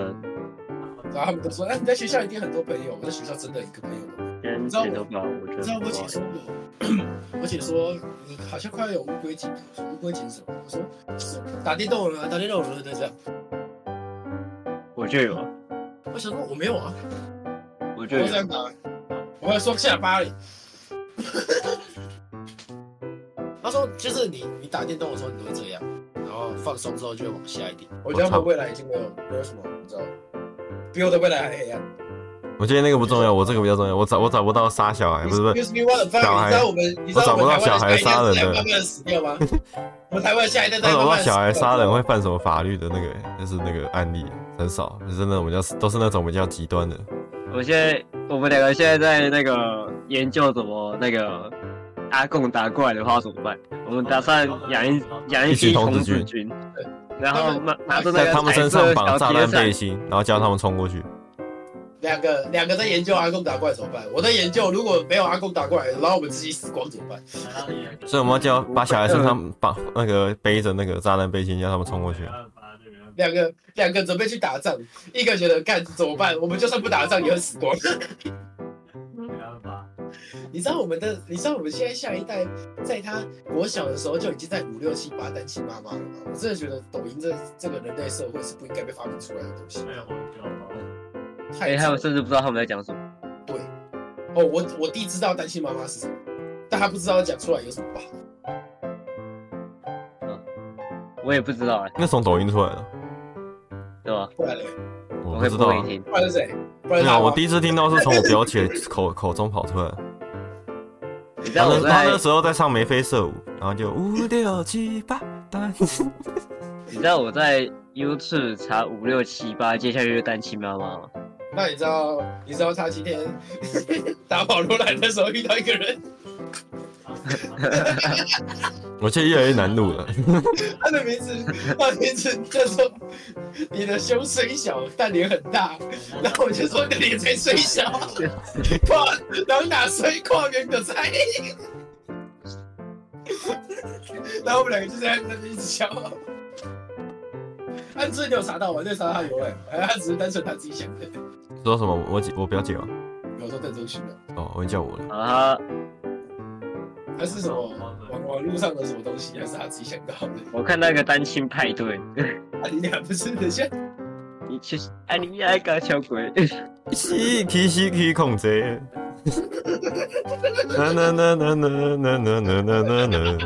Speaker 1: 然后他们都说，哎、你在学校一定很多朋友，我在学校真的一个朋友都没有。
Speaker 4: 跟剪头发，我觉
Speaker 1: 你
Speaker 4: 得
Speaker 1: 知道我
Speaker 4: 不
Speaker 1: 姐说
Speaker 4: 好。
Speaker 1: *clears throat* 我，我姐说你好像快要有乌龟颈了，我说乌龟颈是什么？我说是打电动了，打电动了，就这样。
Speaker 4: 我就有啊，
Speaker 1: 我想说我没有啊，
Speaker 4: 我就
Speaker 1: 我
Speaker 4: 有
Speaker 1: 这。样打，我还说下巴嘞。 *laughs* 他说，就是你你打电动的时候你都会这样，然后放松之后就会往下一点。我觉得他
Speaker 2: 我操
Speaker 1: 们未来已经没有没有什么，你知道，比我的未来还黑暗。
Speaker 2: 我觉得那个不重要，我这个比较重要。我找我找不到杀小孩，哎不是不是，
Speaker 1: Excuse me, what the fuck？
Speaker 2: 小
Speaker 1: 你
Speaker 2: 孩
Speaker 1: 知道我们，你知道们台湾的下一代在慢慢的死掉
Speaker 2: *laughs*
Speaker 1: 吗？我们台湾下一代
Speaker 2: 那
Speaker 1: 在
Speaker 2: 找
Speaker 1: 慢
Speaker 2: 不到
Speaker 1: 慢地死掉
Speaker 2: 小孩杀人会犯什么法律的那个、就是那个案例很少，就是那种比较都是那种比较极端的。
Speaker 4: 我现在我们两个现在在那个研究怎么那个阿贡打过来的话怎么办？我们打算养一养
Speaker 2: 一
Speaker 4: 一
Speaker 2: 群
Speaker 4: 批
Speaker 2: 童
Speaker 4: 童
Speaker 2: 子
Speaker 4: 子
Speaker 2: 军
Speaker 4: 军，然后拿拿着那
Speaker 2: 在
Speaker 4: 个
Speaker 2: 他们身
Speaker 4: 彩
Speaker 2: 上
Speaker 4: 色
Speaker 2: 绑
Speaker 4: 小
Speaker 2: 炸
Speaker 4: 铁
Speaker 2: 弹背
Speaker 4: 伞，
Speaker 2: 心，然后叫他们冲过去。
Speaker 1: 两个两个在研究阿公打怪怎么办？我在研究如果没有阿公打怪，然后我们自己死光怎么办？
Speaker 2: 所以我们要叫把小孩身上绑那个背着那个炸弹背心，叫他们冲过去。
Speaker 1: 两个两个准备去打仗，一个觉得干怎么办？我们就算不打仗也会死
Speaker 3: *laughs*
Speaker 1: 光。
Speaker 3: 没办法，
Speaker 1: 你知道我们的，你知道我们现在下一代，在他我小的时候就已经在五六七八单亲妈妈了吗？我真的觉得抖音这这个人类社会是不应该被发明出来的东西。
Speaker 3: 没有我 *laughs* 就
Speaker 1: *laughs* 太
Speaker 4: 哎，他
Speaker 1: 扯
Speaker 4: 们
Speaker 1: 了
Speaker 4: 甚至不知道他们在讲什么。
Speaker 1: 哦，我我弟知道单亲妈妈是什么，但他不知道讲出来有什么不好。
Speaker 4: 我也不知道哎、
Speaker 2: 那从抖音出来的，
Speaker 4: 对吧？
Speaker 1: 不然嘞，
Speaker 2: 我
Speaker 4: 我
Speaker 2: 不
Speaker 4: 会
Speaker 2: 知
Speaker 4: 播
Speaker 2: 道啊
Speaker 4: 给。你听。
Speaker 1: 不然是谁？不
Speaker 2: 没
Speaker 1: 然是他
Speaker 2: 有，
Speaker 1: 吗
Speaker 2: 我第一次听到是从我表姐口口中跑出来的。
Speaker 4: 你知
Speaker 2: 他
Speaker 4: 道我
Speaker 2: 那他那
Speaker 4: 在，
Speaker 2: 时候在唱眉飞色舞，然后就五六七八，单
Speaker 4: 你知道我在 YouTube 查五六七八，接下去就单亲妈妈吗？
Speaker 1: 那你知道你知道他今天 *laughs* 打跑罗兰的时候遇到一个人， *laughs*
Speaker 2: 我现在越来越难录了。
Speaker 1: 他的名字 *laughs* 他的名字叫做你的胸虽小但脸很大， *laughs* 然后我就说你的脸才虽小，
Speaker 3: *laughs*
Speaker 1: 跨然哪虽跨边的菜， *laughs* 然后我们两个就在那边一直笑。啊 *laughs* 安志你有查到吗？我就查到他由来，还是他只是单纯他自己想的。
Speaker 2: 说什么？我姐我表姐吗？
Speaker 1: 有时候邓中勋啊，
Speaker 2: 哦，我已经叫我了。
Speaker 4: 啊，
Speaker 1: 他是什么网网络上的什么东西，还是他自己想到的？ *laughs*
Speaker 4: 我看那个单亲派对，
Speaker 1: 啊，你俩不是等一下，
Speaker 4: 你去哎你爱搞小鬼，
Speaker 2: 西提西提控制。呐呐呐呐呐呐呐呐呐呐呐。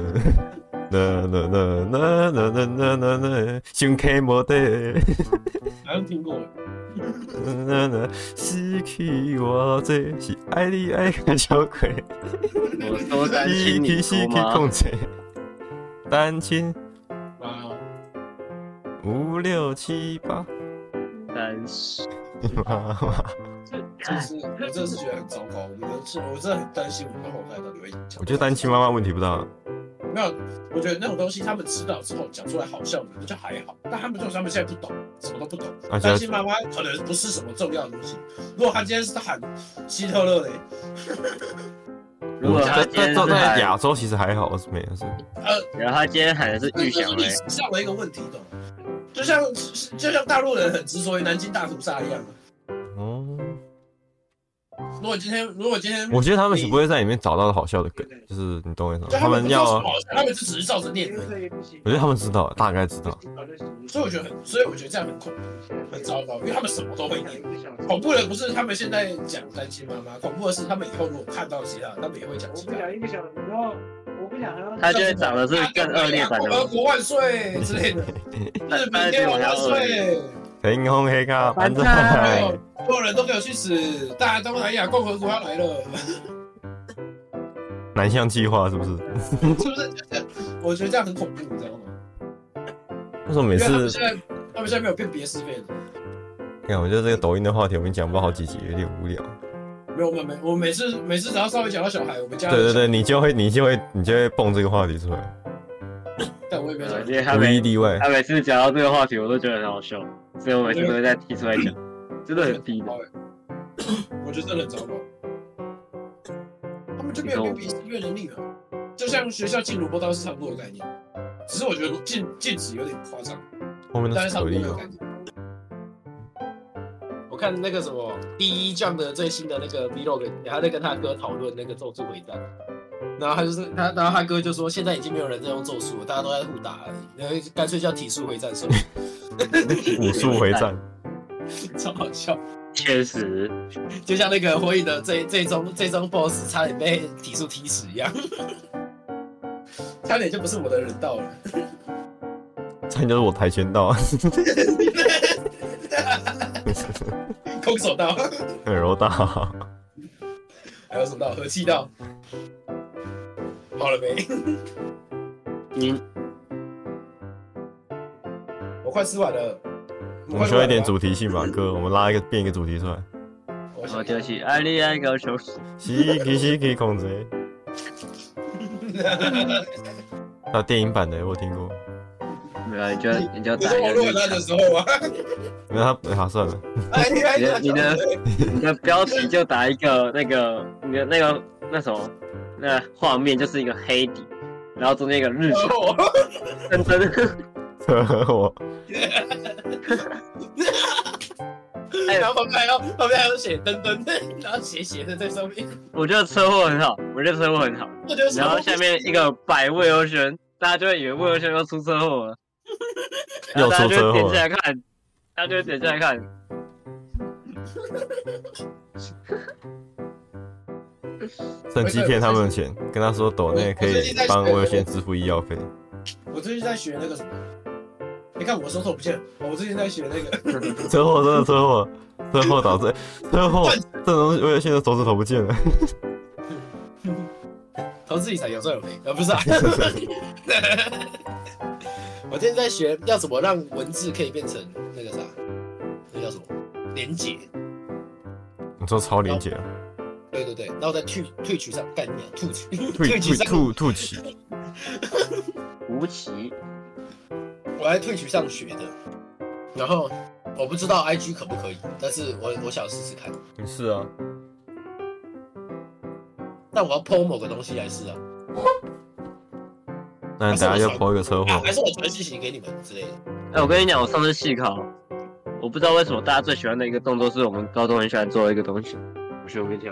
Speaker 2: 呐呐呐呐呐呐呐呐呐，胸开无底，
Speaker 1: 好像听过。
Speaker 2: *laughs* 呐呐，失去我这是爱你爱个小鬼，
Speaker 4: 我说单
Speaker 2: 失
Speaker 4: 亲
Speaker 2: 去
Speaker 4: 你
Speaker 2: 失
Speaker 4: 哭
Speaker 2: 去控
Speaker 4: 吗？
Speaker 2: 制，单亲
Speaker 1: 啊，
Speaker 2: 五六七八，
Speaker 4: 单亲
Speaker 2: 妈妈，
Speaker 1: 这是我真的是觉得很糟糕，我觉得是，我真的很担心我们后代到底会影响。
Speaker 2: 我觉得单亲妈妈问题不大。
Speaker 1: 没有，我觉得那种东西他们知道之后讲出来好笑的，就还好。但他们就是他们现在不懂，什么都不懂。
Speaker 2: 而且
Speaker 1: 担心妈妈可能不是什么重要的东西。如果他今天是喊希特勒嘞，
Speaker 4: 如果他
Speaker 2: 在
Speaker 4: 今天
Speaker 2: 在
Speaker 4: 是
Speaker 2: 在在
Speaker 4: 喊，
Speaker 2: 亚洲其实还好，是没有事。
Speaker 1: 呃，
Speaker 4: 然后他今天喊的是
Speaker 1: 这
Speaker 4: 玉
Speaker 1: 就是
Speaker 4: 祥
Speaker 1: 历
Speaker 4: 嘞，
Speaker 1: 史上的一个问题，懂吗？就像就像大陆人很执着于南京大屠杀一样啊。
Speaker 2: 哦，
Speaker 1: 如果今天如果今天
Speaker 2: 我觉得他们是不会在里面找到好笑的梗，就是你懂我意思吗？
Speaker 1: 就
Speaker 2: 他
Speaker 1: 们
Speaker 2: 们
Speaker 1: 不知道什
Speaker 2: 要，啊
Speaker 1: 么好笑，他们只只是照着念而已。
Speaker 2: 我觉得他们知道，大概知道。
Speaker 1: 所以我觉得很，所以我觉得这样很恐怖，很糟糕，因为他们什么都会念。恐怖的不是他们现在讲单亲妈妈，恐怖的是他们以后如果看到其他，他们也会讲其他。
Speaker 3: 一个小时，然后我不想让
Speaker 4: 他今天讲的是更恶劣版
Speaker 1: 俄
Speaker 4: 的，
Speaker 1: 啊国万岁之
Speaker 2: *laughs*
Speaker 1: 类的，日本天皇万岁，
Speaker 2: 天空黑咖，反正哎
Speaker 1: 还有哎所有人都给我去死，大东南亚共和国要来
Speaker 2: *laughs*
Speaker 1: 了，
Speaker 2: 南向计划是不是？
Speaker 1: 是不是？我觉得这样很恐怖，你知道吗？
Speaker 2: 为什么每
Speaker 1: 因为他
Speaker 2: 次
Speaker 1: 们现在他们现在没有辨别是非的。
Speaker 2: 看，我觉得这个抖音的话题我们讲不好几集，有点无聊。
Speaker 1: 没有，我们每我每次每次只要稍微讲到小孩，我们家
Speaker 2: 对对对，，你就会你就会你就会蹦这个话题出来，
Speaker 1: 但我也没有讲
Speaker 4: 呃因。为他
Speaker 2: 无一
Speaker 4: 每
Speaker 2: 例外。
Speaker 4: 他每次讲到这个话题，我都觉得很好笑，所以我每次都会再提出来讲，真的很低的。
Speaker 1: *coughs* 我觉得真的很糟糕。他们就没有辨别音乐能力了，就像学校进萝卜刀是差不多的概念，只是我觉得禁禁止有点夸张，
Speaker 2: 后面
Speaker 1: 但是
Speaker 2: 的是
Speaker 1: 差不
Speaker 2: 可
Speaker 1: 多
Speaker 2: 以
Speaker 1: 那种
Speaker 2: 哦。
Speaker 1: 感觉。我看那个什么第一酱的最新的那个 vlog，他在跟他哥讨论那个《咒术回战》，然后他就是他，然后他哥就说现在已经没有人在用咒术了，大家都在互打而已，然后干脆叫体术回战算了，
Speaker 2: 武术回战，
Speaker 1: *laughs*
Speaker 2: *laughs*
Speaker 1: 超好笑。
Speaker 4: 确实，
Speaker 1: 就像那个火影的最最终最终 BOSS 差点被体术踢死一样， *laughs* 差点就不是我的人道了。
Speaker 2: 差点就是我跆拳道、 *laughs*
Speaker 1: 空手道，
Speaker 2: 很柔 *laughs* 道。
Speaker 1: 还有什么道？和气道。好了没？
Speaker 2: 嗯
Speaker 4: 你
Speaker 1: 我快吃完了。
Speaker 2: 我们需要一点
Speaker 1: 主。
Speaker 2: 主题性吧，哥，我们拉一个变一个主题出来。
Speaker 1: 我
Speaker 4: 我
Speaker 1: 想
Speaker 4: 就是爱你爱搞球，
Speaker 2: 西奇西奇孔 *laughs* 贼，还有电影版的我有听过，
Speaker 4: 没有你就你就
Speaker 1: 你
Speaker 4: 打
Speaker 1: 说
Speaker 4: 一
Speaker 1: 我
Speaker 4: 个
Speaker 1: 录
Speaker 4: 绿
Speaker 1: 很烂
Speaker 4: 墙
Speaker 1: 的，时候啊， *laughs*
Speaker 2: 因为他好、算了， *laughs*
Speaker 1: 哎哎
Speaker 4: 你的你的
Speaker 1: 哎
Speaker 4: 你的标题就打一个那个你的那个那什么，那画面就是一个黑底，然后中间一个日
Speaker 1: 哎我 *laughs*
Speaker 4: *laughs* 真真，
Speaker 2: 我
Speaker 4: 哎
Speaker 1: 然后旁边还要旁边还要写噔噔， *laughs* 然后写写的在上面，
Speaker 4: 我觉得车祸很好，我觉得车祸很好。
Speaker 1: 我就是
Speaker 4: 然后下面一个摆魏欧萱，大家就会以为魏欧萱又出
Speaker 2: *laughs*
Speaker 4: 车祸了，然
Speaker 2: 又
Speaker 4: 后大
Speaker 2: 出
Speaker 4: 家就
Speaker 2: 车
Speaker 4: 会点
Speaker 2: 祸
Speaker 4: 进
Speaker 2: 了，
Speaker 4: 来看，大家就会点进来看，
Speaker 2: 趁机骗他们的钱，跟他说抖内可以帮我有先支付医药费。
Speaker 1: 我最近在学那个什么，你看我手手不见了，我最近在学那个，
Speaker 2: 车祸真的车祸，车祸导致车祸，这种东西我有现在手指头不见了。
Speaker 1: *laughs* 投资理财有赚有赔，呃不是 *laughs* 啊，我最近在学要怎么让文字可以变成那个啥，那叫什么连接？
Speaker 2: 你说超连结啊，
Speaker 4: 哦
Speaker 1: 对对对，然后在 t 退取上概念 t *laughs* 取
Speaker 2: 吐
Speaker 1: 取
Speaker 2: 吐
Speaker 1: 上，
Speaker 2: 吐吐起，
Speaker 4: 吴奇
Speaker 1: 我在 t 取上学的，然后我不知道 IG 可不可以，但是我我想试试看，
Speaker 2: 是啊，
Speaker 1: 但我要 PO 某个东西来试啊，
Speaker 2: 那你等下就抛一个车祸哦
Speaker 1: 啊，还是我传信息给你们之类的。
Speaker 4: 哎、我跟你讲，我上次细考，我不知道为什么大家最喜欢的一个动作是我们高中很喜欢做的一个东西，我学会跳。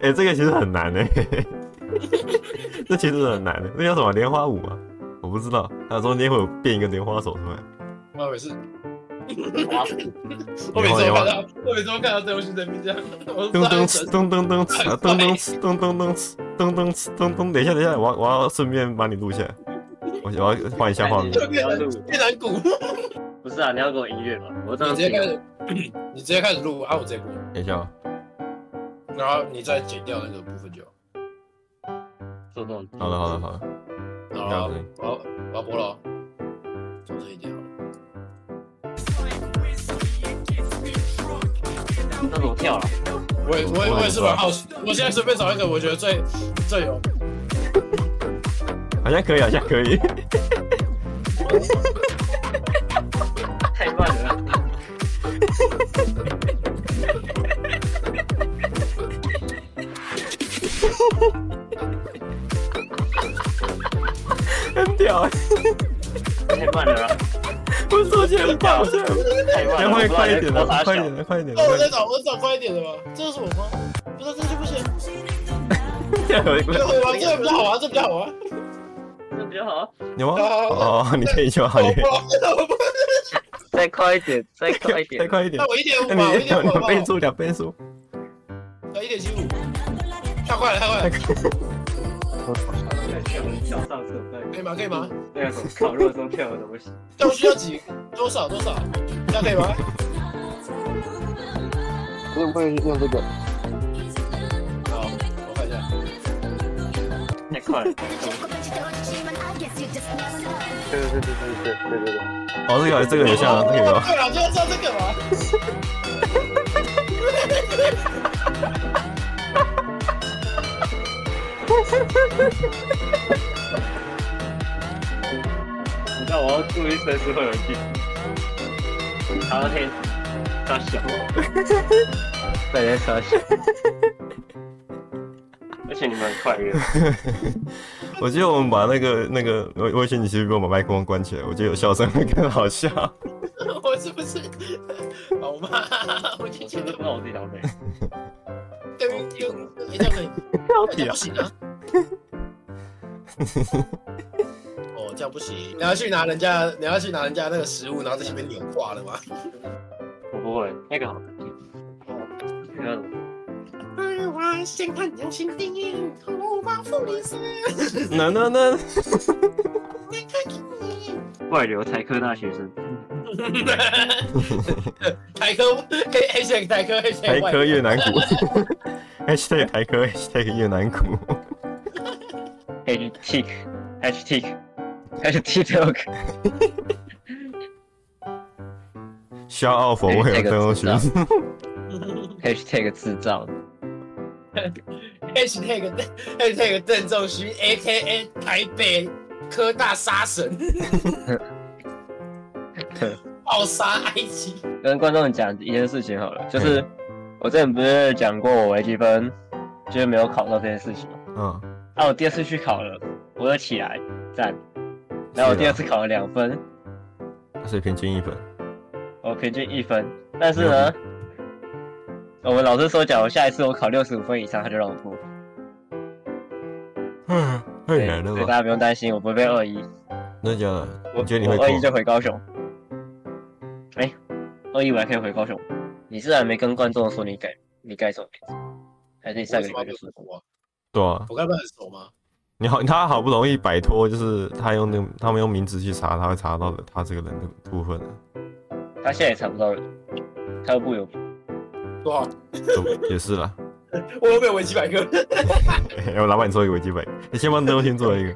Speaker 2: 哎、这个其实很难哎、 *laughs* 这其实很难的、那叫什么莲花舞吗？我不知道，它中间会有变一个莲花手出来。
Speaker 1: 我每次，
Speaker 4: 哇
Speaker 1: 我每次都看到，我每次都看到这东西在那边这样，我
Speaker 2: 噔噔
Speaker 1: 神
Speaker 2: 哧，噔噔噔哧啊，噔噔哧，噔噔噔哧，噔噔哧，噔噔。等一下，等一下，我要我要顺便把你录下来，我我要换一下画面。
Speaker 4: 不哎要录，
Speaker 1: 越南鼓，
Speaker 4: 不是啊，你要给我音乐嘛？我这
Speaker 1: 你直
Speaker 4: 样
Speaker 1: 接开
Speaker 4: 子，
Speaker 1: 始，你直接开始录，然后我直接播，
Speaker 2: 等一下、哦，
Speaker 1: 然后你再剪掉那个部分就好。
Speaker 4: 做这种
Speaker 2: 好了好了好了，
Speaker 1: 好
Speaker 2: 这
Speaker 1: 啊
Speaker 2: 样子，
Speaker 1: 我要我要播了哦，小声一点好了。
Speaker 4: 那怎么跳啊？
Speaker 1: 我也我也
Speaker 2: 我也
Speaker 1: 我也是
Speaker 2: 不知道
Speaker 1: 蛮好奇，我现在随便找一个我觉得最最有，
Speaker 2: 好像可以，好像可以。 *laughs*
Speaker 4: 太慢了，
Speaker 2: 很屌、欸，
Speaker 4: 太慢了啊，
Speaker 2: 我手机很棒，
Speaker 4: 太慢
Speaker 2: 要
Speaker 4: 了！
Speaker 2: 快快一
Speaker 4: 我不知
Speaker 2: 点
Speaker 4: 道
Speaker 2: 的，快一点
Speaker 4: 你在搞啥小
Speaker 2: 的，啊快一点
Speaker 1: 那我再
Speaker 2: 的，
Speaker 1: 找我找快一点的吧，这是我吗？不知道这就不行，
Speaker 2: 快啊
Speaker 1: 这
Speaker 4: *laughs*
Speaker 1: 个玩这个比较好玩，这个比较好啊玩。
Speaker 4: 这比较好啊。
Speaker 2: 有吗？哦，你可以就好，你可以
Speaker 1: 我不，
Speaker 4: *laughs* 再快一点，
Speaker 2: *laughs*
Speaker 4: 再 *laughs* 快一
Speaker 2: 再
Speaker 4: 点，
Speaker 2: 快一点
Speaker 1: 那。我一点五
Speaker 2: 那
Speaker 1: 吧，我一
Speaker 2: 你
Speaker 1: 点五
Speaker 2: 两
Speaker 1: 吧，
Speaker 2: 倍速，两倍速，
Speaker 1: 那一点七五，太快了，太快了，
Speaker 4: 跳上车，对，
Speaker 1: 可以吗？可以吗？
Speaker 4: 那个什么烤肉中跳的东西，
Speaker 1: 这样需要几多少多少？这样可以吗？
Speaker 5: 用不用用这个？
Speaker 1: 好，我看一下，
Speaker 4: 太快了。
Speaker 5: 对对对对对对对对。
Speaker 2: 哦，这个这个有像，这个有
Speaker 1: 哦。对了，就要照这个嘛。
Speaker 4: 你知道我要注意随时会有人进。然后天，傻小，大家傻 *laughs* 小。而且你们很快乐，
Speaker 2: 我记得我们把那个那个，我我以前你是不是给我把麦克风关起来？我觉得有笑声会更好笑。
Speaker 1: *laughs* 我是不是好吗？ *laughs* 我就
Speaker 4: 我
Speaker 1: 觉
Speaker 4: 真的
Speaker 1: 得
Speaker 4: 不知道我自己聊谁。
Speaker 1: 对不对？哎这样可以，这样不行啊。哦，这样不行。你要去拿人家，你要去拿人家那个食物，然后在前面扭挂了吗？
Speaker 4: 我不会，那个好难听。那个
Speaker 1: 我先看流行电影，头发复联三，
Speaker 2: 那那那，
Speaker 4: 外流台科大学生，
Speaker 1: 台科可以 H 台科 H
Speaker 4: 哎
Speaker 2: 台科越南鼓，#hashtag 台科 #hashtag 越南鼓，
Speaker 4: h t i k h t i k h t i k t o k
Speaker 2: 笑傲
Speaker 4: 哎
Speaker 2: 否未有邓欧勋，
Speaker 4: h t a g 制造，
Speaker 1: H tag H tag 郑仲勋 A K A 台北科大杀神，暴杀埃及。
Speaker 4: 跟观众讲一件事情好了，就是
Speaker 2: 嗯
Speaker 4: 我之前不是讲过我微积分就是没有考到这件事情吗？
Speaker 2: *laughs* 嗯，
Speaker 4: 啊，我第二次去考了，我又起来，赞。然后我第二次考了两分，
Speaker 2: 所以平均一分，
Speaker 4: 我平均一分，但是呢，
Speaker 2: 嗯
Speaker 4: 我们老师说，假如下一次我考六十五分以上，他就让我过。
Speaker 2: 嗯，太
Speaker 4: 对，
Speaker 2: 难了
Speaker 4: 所以大
Speaker 2: 吧？
Speaker 4: 家不用担心，我不会被二一。
Speaker 2: 那假的？
Speaker 4: 我
Speaker 2: 你觉得你会
Speaker 4: 我二一
Speaker 2: 过？
Speaker 4: 就回高雄。哎、二一我还可以回高雄。你是还没跟观众说你改你改什么名字？还是你下个礼拜就说？
Speaker 1: 我
Speaker 2: 对啊，
Speaker 1: 我跟他们很熟吗？
Speaker 2: 你好，他好不容易摆脱，就是他用那个他们用名字去查，他会查到的他这个人的部分啊的，
Speaker 4: 他现在也查不到人，他又不有名。
Speaker 1: 多少？
Speaker 2: 都也 *laughs* 是啦。
Speaker 1: 我有没有维基百科？
Speaker 2: 欸我老板做一个维基百科，你 *laughs* 先帮邓欧勋做一个，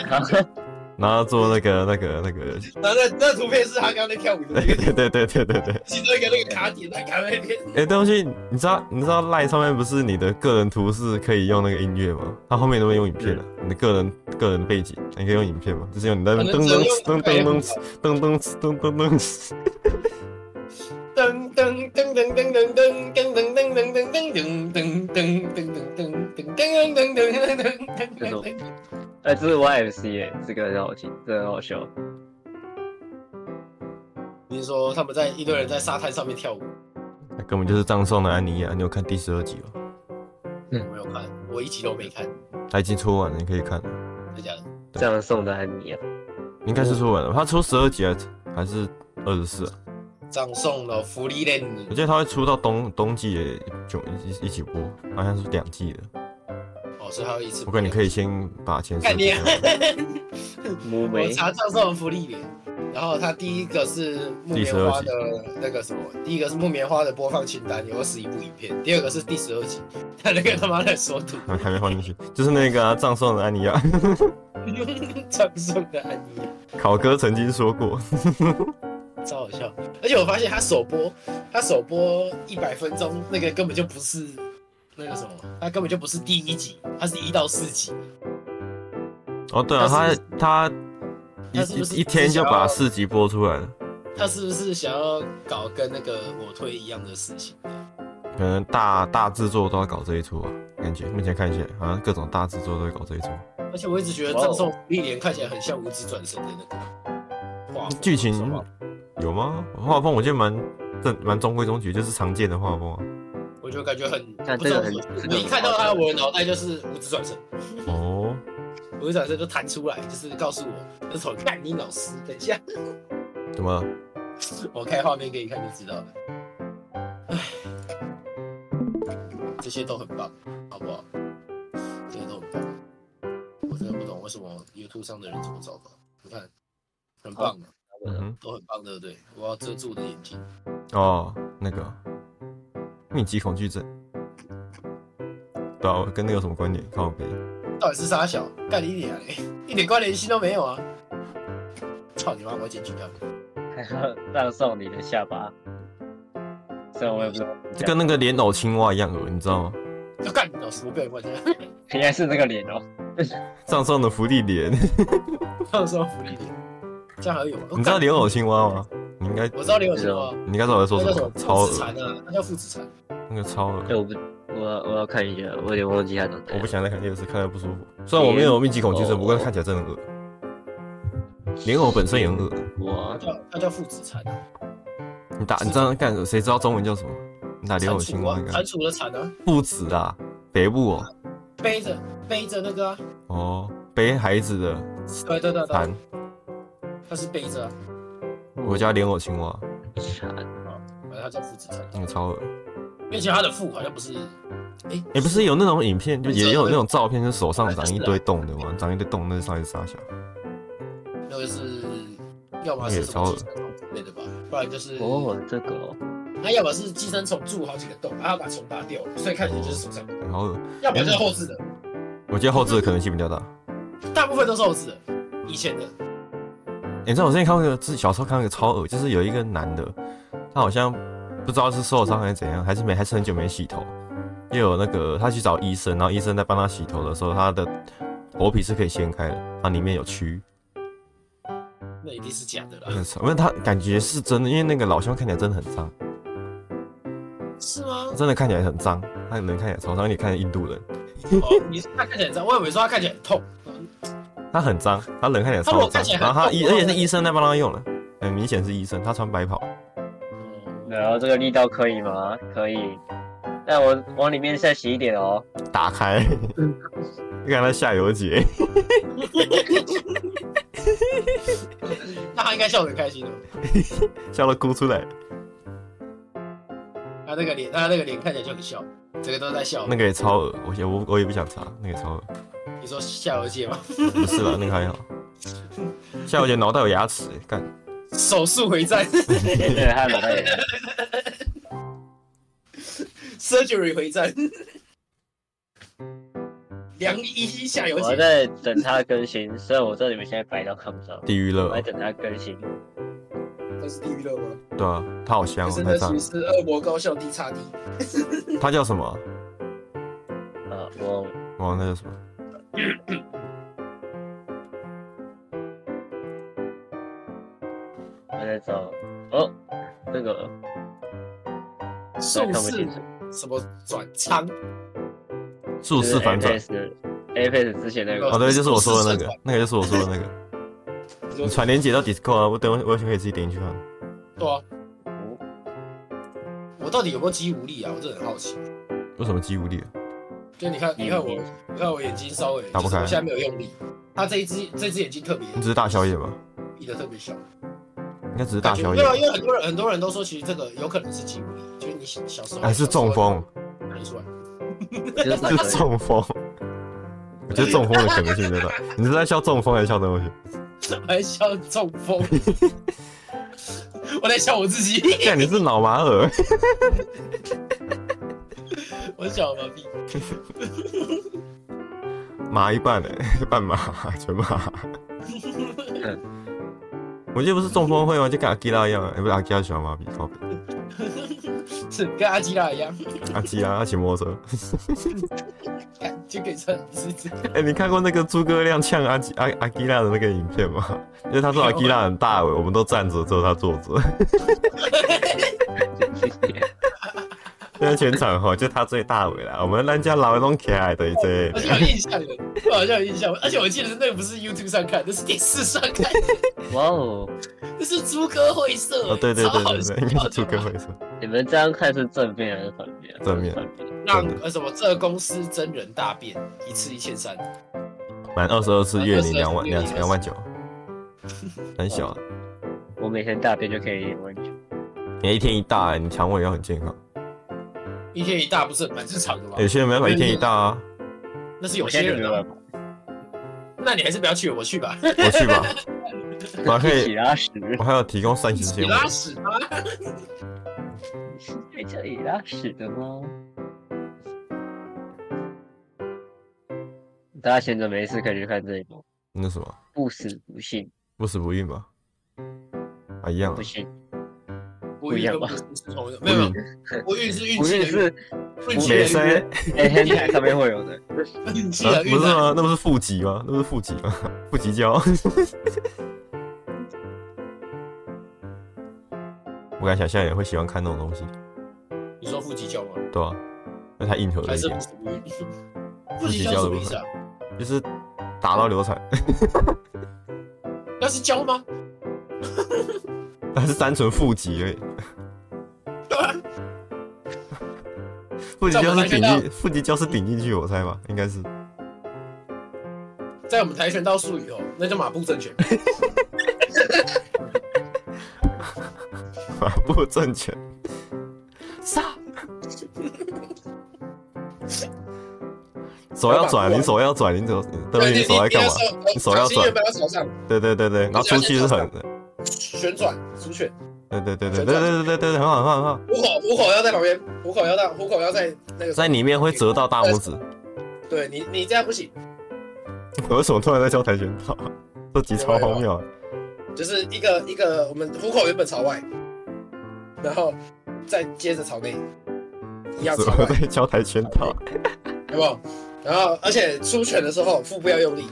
Speaker 4: *laughs*
Speaker 2: 然后做那个那个那个，
Speaker 1: 那那那图片是他刚刚在跳舞的，
Speaker 2: *laughs* 对对对对对对。
Speaker 1: 其中一个那个卡点在卡在那边。
Speaker 2: 哎、邓欧勋，你知道你知道赖上面不是你的个人图是可以用那个音乐吗？它后面都会用影片的、你的个人个人背景，你可以用影片吗？就是用你的
Speaker 1: 可
Speaker 2: 噔
Speaker 1: 能
Speaker 2: 噔
Speaker 1: 只能用
Speaker 2: 噔噔噔噔噔噔噔噔，
Speaker 1: 噔噔噔噔噔噔噔噔噔噔噔噔噔噔噔噔噔噔噔噔噔噔噔噔噔噔噔。
Speaker 4: 哎，这是 YFC 哎，这个很好听，这个很好笑。
Speaker 1: 你是说他们在一堆人在沙滩上面跳舞？
Speaker 2: 那根本就是葬送的安妮啊亚。你有看第十二集哦？
Speaker 1: 我没有看，我一集都没看，
Speaker 2: 它已经出完了，你可以看了。
Speaker 1: 真的假的？
Speaker 2: 对
Speaker 4: 这样送的安妮啊，
Speaker 2: 应该是出完了，它出十二集还是还是二十四？啊
Speaker 1: 葬送了福利的你
Speaker 2: 我记得它会出到冬冬季也就一一起播，好像是两季的。
Speaker 1: 哦，所以还有一次。
Speaker 2: 不过你可以先把前十
Speaker 1: 看你
Speaker 2: 集
Speaker 1: 啊
Speaker 2: 看完，
Speaker 4: 母
Speaker 1: 我
Speaker 4: *laughs* 梅
Speaker 1: 查葬送了福利莲，然后它第一个是木棉花的那个什么，第一个是木棉花的播放清单，有二十一部影片，第二个是第十二集，他那个他妈在说 *laughs* 土，
Speaker 2: 还还没换进去，就是那个啊葬送的安妮亚。
Speaker 1: 葬送的安妮亚。
Speaker 2: 考哥曾经说过，
Speaker 1: 超好笑。而且我发现他首播，他首播一百分钟，那个根本就不是那个什么，他根本就不是第一集，他是一到四集。
Speaker 2: 哦对啊，
Speaker 1: 他
Speaker 2: 他
Speaker 1: 是
Speaker 2: 他一
Speaker 1: 他是不是
Speaker 2: 一一天就
Speaker 1: 想要
Speaker 2: 把四集播出来了，
Speaker 1: 他是不是想要搞跟那个我推一样的事情？
Speaker 2: 可能大大制作都要搞这一出啊，感觉目前看起来好像各种大制作都会搞这一出。
Speaker 1: 而且我一直觉得
Speaker 4: 哇哦
Speaker 1: 赠送一脸看起来很像五指转身的那个画风
Speaker 2: 嗯剧情
Speaker 1: 是吧
Speaker 2: 有吗？画风我觉得蛮正蛮中规中矩，就是常见的画风啊。
Speaker 1: 我就感觉很
Speaker 4: 但
Speaker 1: 不知道
Speaker 4: 啊这个很
Speaker 1: 为什么
Speaker 4: 这个
Speaker 1: 我
Speaker 4: 很
Speaker 1: 一看到他，我的脑袋就是五指转身，
Speaker 2: 哦，
Speaker 1: 五指转身就弹出来，就是告诉我，就是我看你老师，等一下。
Speaker 2: 怎么了？
Speaker 1: 我开画面给你看就知道了。唉，这些都很棒，好不好？这些都很棒。我真的不懂为什么 YouTube 上的人这么糟糕。你看，很棒，
Speaker 2: 嗯哼，
Speaker 1: 都很棒，对不对？我要遮住我的眼睛。
Speaker 2: 哦，那个密集恐惧症，对啊，我跟那个有什么关联？靠背，
Speaker 1: 到底是傻小，干你脸嘞， *laughs* 一点关联性都没有啊！操你妈！我要检举掉你。
Speaker 4: 还要葬送你的下巴，虽然我也不知道怎么讲，
Speaker 2: 就跟那个莲藕青蛙一样恶，你知道吗？
Speaker 1: 要干你老师，我不要你管他。
Speaker 4: 应该是那个脸哦，
Speaker 2: 上上的福利莲，
Speaker 1: 到时候福利你，这样还有吗？
Speaker 2: 你知道莲藕青蛙吗？你应该
Speaker 1: 我知道你有什么，
Speaker 2: 你应该知道我在说
Speaker 1: 那叫
Speaker 2: 什
Speaker 1: 什
Speaker 2: 么
Speaker 1: 么，
Speaker 2: 超
Speaker 1: 父子
Speaker 2: 恶，
Speaker 1: 禅啊，那叫父子禅。
Speaker 2: 那个超恶
Speaker 4: 哎，。我不，我要我要看一下，我有点忘记他长怎
Speaker 2: 我
Speaker 4: 样
Speaker 2: 不。想再看电视，看得不舒服。虽然我没有密集恐惧症，
Speaker 4: 哦
Speaker 2: 不过看起来真的恶。莲藕本身也很恶，
Speaker 4: 我
Speaker 1: 叫它叫父子禅啊。
Speaker 2: 你打你这样干，谁知道中文叫什么？你打莲
Speaker 1: 蟾
Speaker 2: 藕青
Speaker 1: 蜍
Speaker 2: 蛙
Speaker 1: 啊
Speaker 2: 应，该
Speaker 1: 蟾蜍的蟾啊，
Speaker 2: 不止啊，北部哦，
Speaker 1: 背着背着那个啊，
Speaker 2: 哦，背孩子的
Speaker 1: 对对对对，
Speaker 2: 蚕，
Speaker 1: 它是背着啊，
Speaker 2: 我叫莲藕青蛙，
Speaker 1: 反正它叫父子蟾，
Speaker 2: 那个超恶。
Speaker 1: 因为其实它的父好像不是，哎
Speaker 2: 也、不是有那种影片，就也有那种照片，就手上
Speaker 1: 哎
Speaker 2: 长
Speaker 1: 是啊
Speaker 2: 一堆洞的嘛，长一堆洞，那是上一啊傻小。
Speaker 1: 那个是要么是什么寄生虫之类的吧，不然就是
Speaker 4: 哦，这个哦，
Speaker 1: 那要么是寄生虫蛀好几个洞，然后把虫拔掉，所以看起来就是手
Speaker 4: 嗯
Speaker 1: 上，
Speaker 2: 然后
Speaker 1: 要不然就是后置的，
Speaker 2: 我觉得后置的可能性比较大。
Speaker 1: 大部分都是后置的，以前的
Speaker 2: 欸你知道我之前看过一个，是小时候看过一个超恶，就是有一个男的，他好像不知道是受伤还是怎样，还是没还是很久没洗头，又有那个他去找医生，然后医生在帮他洗头的时候，他的头皮是可以掀开的，它里面有蛆。
Speaker 1: 那一定是假的啦，
Speaker 2: 那因为他感觉是真的，因为那个老兄看起来真的很脏，
Speaker 1: 是吗？
Speaker 2: 真的看起来很脏，他人看起来超脏，你看印度人，
Speaker 1: 哦，你是他看起来很脏，我以为说他看起来很痛，
Speaker 2: 他很脏，他人看起来
Speaker 1: 他如
Speaker 2: 超
Speaker 1: 果
Speaker 2: 脏
Speaker 1: 看起来，很
Speaker 2: 然后他
Speaker 1: 痛
Speaker 2: 医，
Speaker 1: 的话
Speaker 2: 而且是医生在帮他用的，很明显是医生，他穿白袍，
Speaker 4: 嗯
Speaker 1: 哦
Speaker 4: 然后这个力道可以吗？可以。那我往里面再洗一点 *laughs* 哦。
Speaker 2: 打开，
Speaker 1: 嗯
Speaker 2: *laughs* 看他下游节，
Speaker 1: 那他应该笑得很开心哦的。
Speaker 2: 笑到哭出来。
Speaker 1: 他那个脸，他那个脸看起来就很笑，整个都在笑。
Speaker 2: 那个也超恶，我也我我也不想查，那个也超恶，
Speaker 1: 你说夏游界吗？
Speaker 2: 不
Speaker 1: *laughs*
Speaker 2: 是啦，那个还好。夏侯杰脑袋有牙齿，干
Speaker 1: 手术回战 *laughs*
Speaker 4: 对，他脑袋也
Speaker 1: ，surgery 回战，良医夏游
Speaker 4: 我
Speaker 1: 界。
Speaker 4: 还在等它更新，虽然我知道你们现在白到看不到，
Speaker 2: 地狱
Speaker 4: 我还
Speaker 2: 乐，
Speaker 4: 等它更新。
Speaker 1: 那是地狱乐吗？
Speaker 2: 对啊，他好香
Speaker 1: 可
Speaker 2: 哦，
Speaker 1: 是
Speaker 2: 太
Speaker 1: 那
Speaker 2: 赞
Speaker 1: 其
Speaker 2: 了。
Speaker 1: 实是恶魔高校 D 叉 D，
Speaker 2: 他叫什么？
Speaker 4: 啊，我
Speaker 2: 我忘了他叫什么。
Speaker 4: 我在找哦，这个
Speaker 1: 术
Speaker 4: 看不
Speaker 1: 士
Speaker 4: 清楚，
Speaker 1: 什么转仓？
Speaker 2: 术士反转，
Speaker 4: 就是 NS Apex 之前那个
Speaker 2: 哦，对，就是我说的那个，那个就是我说的
Speaker 1: *laughs*
Speaker 2: 那个。
Speaker 1: 你
Speaker 2: 你
Speaker 1: 说
Speaker 2: 传链接到 Discord 啊，我等我我先可以自己点进去看。
Speaker 1: 对啊，我到底有没有肌无力啊？我真的很好奇。
Speaker 2: 为什么肌无力啊？
Speaker 1: 就你看，你看我，你看我眼睛稍微，
Speaker 2: 嗯打不
Speaker 1: 就是
Speaker 2: 开
Speaker 1: 我现在没有用力。他这一只这只眼睛特别，
Speaker 2: 你只是大小眼吧？
Speaker 1: 闭得特别小。
Speaker 2: 应该只是大小
Speaker 1: 对啊，因为
Speaker 2: 眼，
Speaker 1: 很多人很多人都说，其实这个有可能是肌无力，就是你小小时候
Speaker 2: 还哎是中风？
Speaker 1: 拿出来。
Speaker 4: 就是
Speaker 2: 是中风。我觉得中风的可能性比较大。你是在笑中风还是笑东西？
Speaker 1: 还笑中风，我在笑我自己，
Speaker 2: 看你是脑麻耳。
Speaker 1: 我笑麻痹。
Speaker 2: 麻一半哎、 *laughs* 半麻，全麻。我记得不是中风会吗？就跟阿基拉一样、欸，不是阿基拉喜欢麻痹，靠北
Speaker 1: 是跟阿基拉一样，
Speaker 2: 阿基拉他骑摩托 *laughs* 车。
Speaker 1: 看就可以穿狮子。
Speaker 2: 哎、你看过那个诸葛亮呛阿基阿阿基拉的那个影片吗？因为他说阿基拉很大伟，我们都站着，只有他坐着。现在全场吼，就他最大伟啦。我们人家老的拢起来的这
Speaker 1: 而且有印象的，我好像有印象，而且我记得那个不是 YouTube 上看，那是电视上看，
Speaker 4: 哇哦，
Speaker 1: 那是猪哥会社、
Speaker 2: 哦，对对对对对，应
Speaker 1: 超好
Speaker 2: 该是
Speaker 1: 笑
Speaker 2: 诸葛会说。
Speaker 4: 你们这样看是正面还是反面？
Speaker 2: 正面
Speaker 1: 让呃什么这公司真人大变一次一千三，
Speaker 2: 满二十二次月龄两万
Speaker 1: 月
Speaker 2: 两
Speaker 1: 龄
Speaker 2: 两
Speaker 1: *laughs*
Speaker 2: 万九，很小、啊。
Speaker 4: 我每天大便就可以演完全。
Speaker 2: 你一天一大、欸，你肠胃要很健
Speaker 1: *laughs*
Speaker 2: 康。哎
Speaker 1: 一天一大不是蛮正常的吗
Speaker 2: 有？些人没办法一天一
Speaker 1: *laughs*
Speaker 2: 大啊，
Speaker 1: 那是
Speaker 4: 我
Speaker 1: 有些
Speaker 4: 现在就
Speaker 1: 人
Speaker 4: 没
Speaker 1: 的、
Speaker 4: 办
Speaker 1: 啊，
Speaker 4: 法，
Speaker 1: 那你还是不要去，我去吧。
Speaker 2: 我
Speaker 1: *laughs*
Speaker 2: 去吧，我还可
Speaker 4: 一起
Speaker 2: 以，
Speaker 4: 拉屎，
Speaker 2: 我还要提供膳
Speaker 1: 你
Speaker 2: 食纤维。
Speaker 1: 拉屎吗？
Speaker 4: 是在这里拉屎的吗？大家闲着没事可以去看这一部，
Speaker 2: 那什么，
Speaker 4: 不死不信，
Speaker 2: 不死不孕吧？啊，一样
Speaker 4: 不
Speaker 2: 啊。
Speaker 4: 信，
Speaker 1: 不
Speaker 4: 一
Speaker 1: 孕
Speaker 4: 样
Speaker 1: 跟
Speaker 4: 吧
Speaker 1: 不是同一个，没有没有，不孕是运
Speaker 4: 不
Speaker 1: 气
Speaker 4: 是
Speaker 1: 的
Speaker 4: 是
Speaker 1: 运，运气
Speaker 2: 美
Speaker 1: 的
Speaker 2: 声
Speaker 1: 运，
Speaker 4: 哎，天台上面会有的，
Speaker 1: 运气
Speaker 2: 啊
Speaker 1: 的运
Speaker 2: 不是
Speaker 1: 啊。
Speaker 2: 吗？那不是腹肌吗？那不是腹肌吗？ *laughs* 腹肌胶。我敢想象有人会喜欢看那种东西，
Speaker 1: 你说腹肌胶吗？
Speaker 2: 对吧、那太硬核了
Speaker 1: 还
Speaker 2: 一
Speaker 1: 是不
Speaker 2: 点，
Speaker 1: 是不孕？腹肌胶什么意思啊？
Speaker 2: 就是打到流产，
Speaker 1: 那是胶吗？
Speaker 2: 但是单纯腹肌而已。腹肌胶是顶进，腹肌胶是顶进去，我猜吧，应该是。
Speaker 1: 在我们跆拳道术语哦，那叫马步正拳。
Speaker 2: 马步正拳，杀！手要转，你手要转，你手对，你手在干嘛？你手要
Speaker 1: 小心
Speaker 2: 转
Speaker 1: 不，要朝上，
Speaker 2: 对对对对，然后出去是很，
Speaker 1: 旋转出拳，
Speaker 2: 对对对对对对对对对，很好很好很好，
Speaker 1: 虎口虎口要在旁边，虎口要到虎口要在那个
Speaker 2: 在里面会折到大拇指。 *laughs*
Speaker 1: 对你你这样不行，
Speaker 2: 我为什么突然在教跆拳道？ *laughs* 这集超荒谬，啊
Speaker 1: 就是一个一个我们虎口原本朝外，然后再接着朝内，一样
Speaker 2: 怎
Speaker 1: 朝
Speaker 2: 么
Speaker 1: 外，
Speaker 2: 在教跆拳道？
Speaker 1: 有没有？然后而且出拳的时候腹部要用力，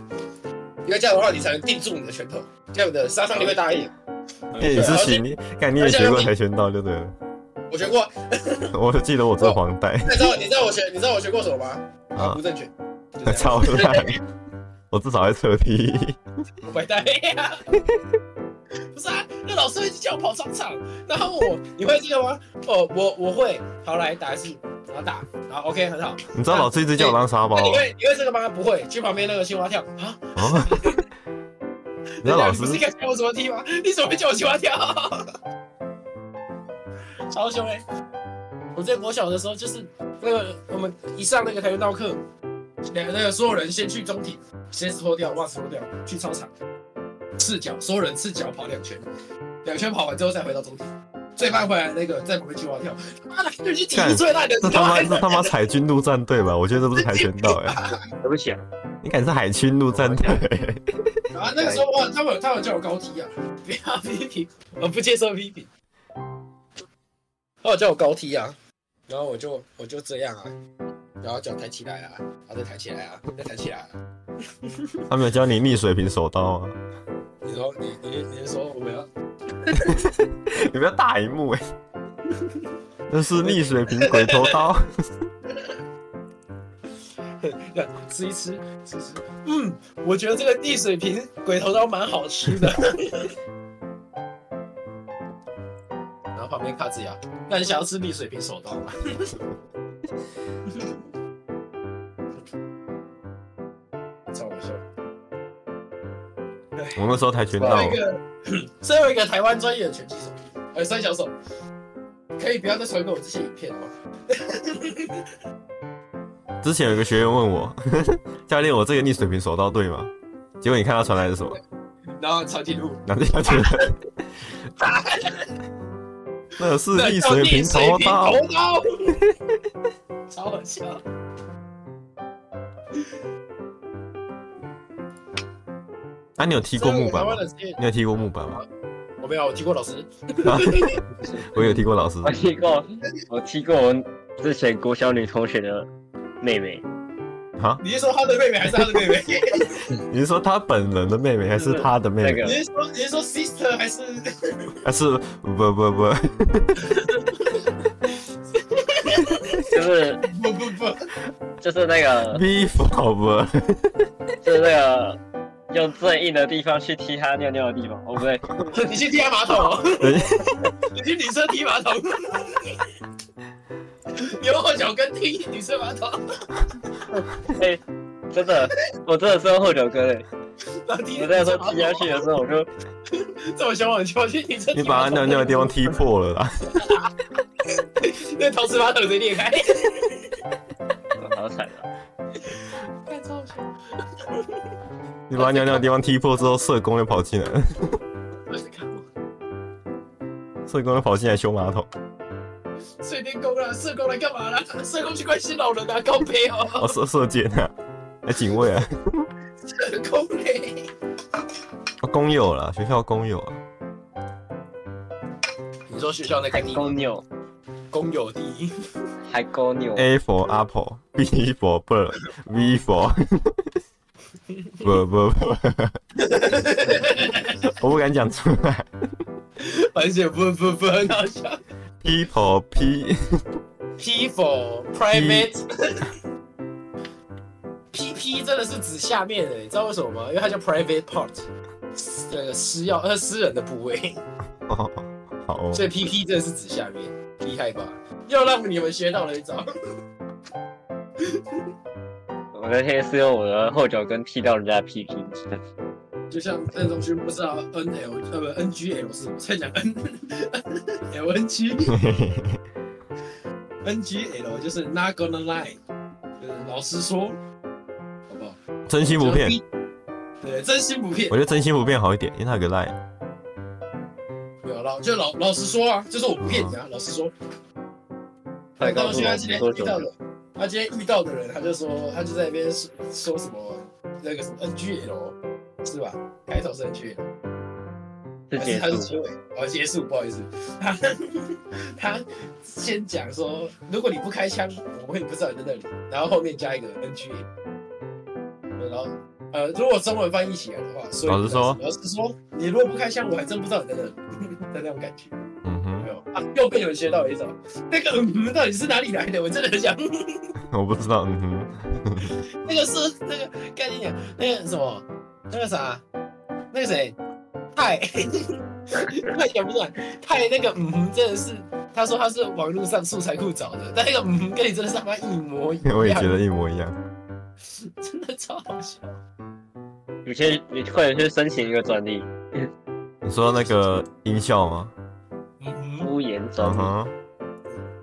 Speaker 1: 因为这样的话你才能定住你的拳头，这样你的杀伤力会大一点。
Speaker 2: 哎，你是行，你看你也学过跆拳道就对了。
Speaker 1: 我学过，
Speaker 2: 我记得我这黄带
Speaker 1: 那你知道你知道我学你知道我学过什么吗？马
Speaker 2: 啊
Speaker 1: 步，正拳，就这样 *laughs*
Speaker 2: 超烂，我至少还侧踢。
Speaker 1: 白带呀、不是啊，那老师会叫我跑操场，然后我你会这个吗？哦，我我会，好来打一次，然后打，然后 OK 很好。
Speaker 2: 你知道老师一直叫我当沙包
Speaker 1: 那你
Speaker 2: 吗？
Speaker 1: 会你会这个吗？不会，去旁边那个青蛙跳啊。
Speaker 2: 哦，你知道老师
Speaker 1: 不是该教我怎么踢吗？你怎么会叫我青蛙跳？ *laughs* 超凶哎、我在国小的时候，就是那个我们一上那个跆拳道课，两个那个所有人先去中庭，鞋子脱掉，袜子脱掉，去操场赤脚，所有人赤脚跑两圈，两圈跑完之后再回到中庭，最慢回来那个在旁边青蛙跳，妈的，这是体育最烂的，
Speaker 2: 这他妈这他妈海军陆战队吧？我觉得这不是跆拳道哎、
Speaker 4: 对不起啊，
Speaker 2: 你敢是海军陆战队、
Speaker 1: 然后那个时候哇，他们有他们有叫我高踢啊， *laughs* 不要批评，我不接受批评。他有叫我高踢啊，然后我就我就这样啊，然后脚抬起来啊，然后再抬起来啊，再抬起来、啊。
Speaker 2: 他没有教你逆水平手刀啊！
Speaker 1: 你说你你你是说我们要
Speaker 2: 你不要大荧幕哎、那是逆水平鬼头刀，
Speaker 1: 感，吃一吃，吃一吃，嗯，我觉得这个地水瓶鬼头刀蛮好吃的。 *laughs* 然后旁边卡子牙，那你想要吃地水瓶手刀吗？超搞笑。
Speaker 2: 我那时候跆拳
Speaker 1: 身
Speaker 2: 道
Speaker 1: 为一，个 *clears throat* 身为一个台湾专业的拳击手，呃，三小手，可以不要再传给我这些影片了吗？
Speaker 2: 之前有一个学员问我， *laughs* 教练，我这个逆水平手刀对吗？结果你看他传来的是什么？
Speaker 1: 然后长颈鹿，
Speaker 2: 男的要
Speaker 4: *laughs*
Speaker 2: 觉得，那是逆水平头刀。
Speaker 1: 头刀， *laughs* 超好笑。
Speaker 2: 啊，你有踢过木板
Speaker 1: 台
Speaker 4: *laughs*
Speaker 1: 湾？
Speaker 2: 吗
Speaker 1: 的职业
Speaker 2: 你有踢过木板吗？
Speaker 1: 我没有，我踢过老师。
Speaker 2: 我有踢过老师
Speaker 4: 我踢过，我踢过我之前国小女同学的妹妹，
Speaker 2: 啊？
Speaker 1: 你是说他的妹妹还是他的妹
Speaker 2: *laughs*
Speaker 1: 妹？
Speaker 2: 你是说他本人的妹妹，还是他的妹
Speaker 4: 那
Speaker 2: 妹？
Speaker 4: 个
Speaker 1: 你是说你是说 sister 还是？
Speaker 2: 还是不不不，
Speaker 4: 就是
Speaker 1: 不不不，
Speaker 4: 就是那个
Speaker 2: 衣服好不？
Speaker 4: 就是那个用最硬的地方去踢她尿尿的地方，哦不对，
Speaker 1: 你去踢他马桶
Speaker 2: *laughs*
Speaker 1: 哦，
Speaker 2: 等一下
Speaker 1: 你去女生踢马
Speaker 2: *laughs*
Speaker 1: 桶，你用后脚跟踢女生马桶，
Speaker 4: 哎、真的，我真的是用后脚跟诶，
Speaker 1: 然后踢女
Speaker 4: 我那
Speaker 1: 生
Speaker 4: 时候
Speaker 1: 马桶
Speaker 4: 踢下去的时候，我就
Speaker 1: 这么凶猛，就去女生
Speaker 2: 啊你
Speaker 1: 踢
Speaker 2: 把
Speaker 1: 马
Speaker 2: 他
Speaker 1: 桶
Speaker 2: 尿尿的地方踢破了啦！
Speaker 1: 那陶瓷马桶直接裂开，
Speaker 4: 好惨啊！
Speaker 1: 看超凶。
Speaker 2: 你把他尿尿的地方踢破之后，社工就跑进来了，
Speaker 1: 我是看过，
Speaker 2: 社工就跑进来修马桶。
Speaker 1: 水电工啦，社工来干嘛啦？社工去关心老人啊，高配哦， *laughs*
Speaker 2: 哦，射射箭啊，还警卫啊，
Speaker 1: 社工嘞。
Speaker 2: 哦工友啦，学校工友啊，
Speaker 1: 你说学校那
Speaker 4: 还
Speaker 1: 个地 *laughs*
Speaker 4: 够扭，
Speaker 1: 公有地， *laughs*
Speaker 4: 还够扭，
Speaker 2: A for apple, B for bird, V for 不不不，我不敢讲出来。
Speaker 1: 而且不不不很好笑。
Speaker 2: P for P
Speaker 1: P for private。P *laughs* P 真的是指下面的，你知道为什么吗？因为它叫 private part，那个私要呃私人的部位， *laughs*
Speaker 2: 哦，好哦，
Speaker 1: 所以 P P 真的是指下面，厉害吧？又让你们学到了一招。 *laughs*
Speaker 4: 我那天是用我的后脚跟踢到人家的屁屁，
Speaker 1: *laughs* 就像郑中勋不知道 N L 呃不 N G L 是什么，在讲 N L N G N G L 就是 not gonna lie，就是老实说，好不好？
Speaker 2: 真心不骗
Speaker 1: 就，是对，真心不骗
Speaker 2: 我，觉得真心不骗好一点，因为他有个 lie。
Speaker 1: 没有老就老
Speaker 4: 嗯
Speaker 1: 老实说啊，就是我不骗你啊，老实说。那
Speaker 4: 快嗯告
Speaker 1: 刚
Speaker 4: 诉
Speaker 1: 勋
Speaker 4: 我
Speaker 1: 他
Speaker 4: 你
Speaker 1: 今天
Speaker 4: 多
Speaker 1: 遇
Speaker 4: 久
Speaker 1: 到的，他今天遇到的人，他就说他就在那边说说什么那个什么 N G L 是吧？开头是 N G L。
Speaker 4: 是
Speaker 1: 还
Speaker 4: 结
Speaker 1: 是他是
Speaker 4: 束？
Speaker 1: 结尾，哦，结束，不好意思，他他先讲说，如果你不开枪，我会不知道你在那里，然后后面加一个 NG，然后呃，如果中文翻译起来的话，所以
Speaker 2: 老实说
Speaker 1: 老实说，你如果不开枪，我还真不知道你在那里 *laughs* 的那种感觉，有
Speaker 2: 嗯
Speaker 1: 没
Speaker 2: 哼，
Speaker 1: 有啊？又被你们学到一招，那个嗯到底是哪里来的？我真的很想， *laughs*
Speaker 2: 我不知道，嗯哼，
Speaker 1: 那个是那个概念，那个什么，那个啥，那个谁， *laughs* 泰，快想不出来，泰那个嗯哼，真的是，他说他是网络上素材库找的，但那个嗯哼跟你真的是他妈一模一样，
Speaker 2: 我也觉得一模一样。
Speaker 1: 真的超好笑。
Speaker 4: 你先，你快点去申请一个专利，
Speaker 2: 你说那个音效吗？
Speaker 1: 嗯哼，
Speaker 4: 敷衍专
Speaker 2: 嗯
Speaker 4: 利。
Speaker 2: 哼，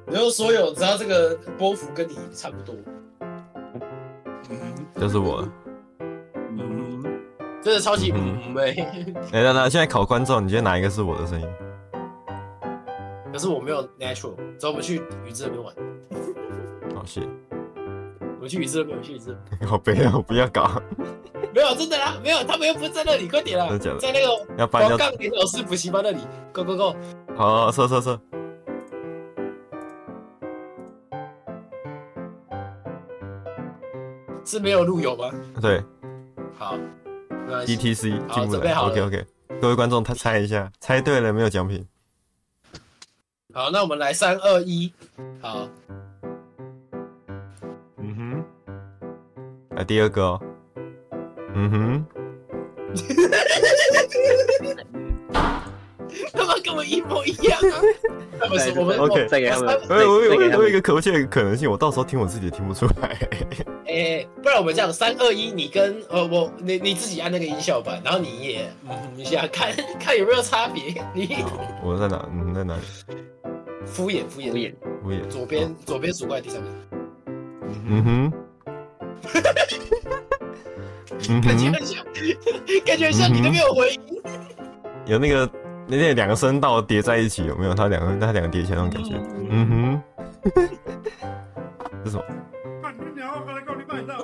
Speaker 1: 然后所有只要这个波幅跟你差不多，嗯哼
Speaker 2: 就是我了。
Speaker 1: 嗯哼，真的超级嗯哼哎、
Speaker 2: 哎，那那现在考观众，你觉得哪一个是我的声音？
Speaker 1: 可是我没有 natural，找我们去宇治那边玩，
Speaker 2: 好谢，
Speaker 1: 我们去宇治那边，我们去宇治那边。
Speaker 2: 好悲啊！我不要搞，
Speaker 1: 没有，真的啦，没有，他们又不是在那里，快点啦
Speaker 2: 真的假的，
Speaker 1: 在那个
Speaker 2: 要搬
Speaker 1: 黄
Speaker 2: 要
Speaker 1: 杠林老师补习班那里，Go Go Go！
Speaker 2: 好射射射。
Speaker 1: 是没有路由吗？
Speaker 2: 对
Speaker 1: 好，那
Speaker 2: E T C
Speaker 1: 好
Speaker 2: 进不
Speaker 1: 准备
Speaker 2: 来。
Speaker 1: 好了
Speaker 2: OK OK，各位观众，他猜一下，猜对了没有奖品？
Speaker 1: 好，那我们来三二一，好，
Speaker 2: 嗯哼，来第二个哦，嗯哼，
Speaker 1: 他们跟我一模一样
Speaker 2: *laughs*
Speaker 1: 啊！他们是我们
Speaker 2: OK
Speaker 4: 再给他们
Speaker 1: 哎
Speaker 2: 我我
Speaker 4: 再
Speaker 2: 我
Speaker 4: 给他
Speaker 2: 我有一
Speaker 4: 们
Speaker 2: 个可不可以可能性，我到时候听我自己也听不出
Speaker 1: *laughs*
Speaker 2: 来。
Speaker 1: 哎，不然我们这样，三二一，你跟呃我你你自己按那个音效吧，然后你也嗯一下，看看有没有差别。你
Speaker 2: 好我在哪？嗯，在哪里？
Speaker 1: 敷衍敷衍
Speaker 4: 敷衍，
Speaker 2: 我也哦
Speaker 1: 左边左边数过来第三名，*laughs*
Speaker 2: 嗯哼，嗯
Speaker 1: 感觉
Speaker 2: 哼，
Speaker 1: 很像，感觉很像你都没有回应。
Speaker 2: 有那个那那两个声道叠在一起，有没有？它两个它两个叠起来那种感觉。嗯哼， *laughs* 这是什么？ *laughs*
Speaker 3: 干你娘！我刚才告你卖到，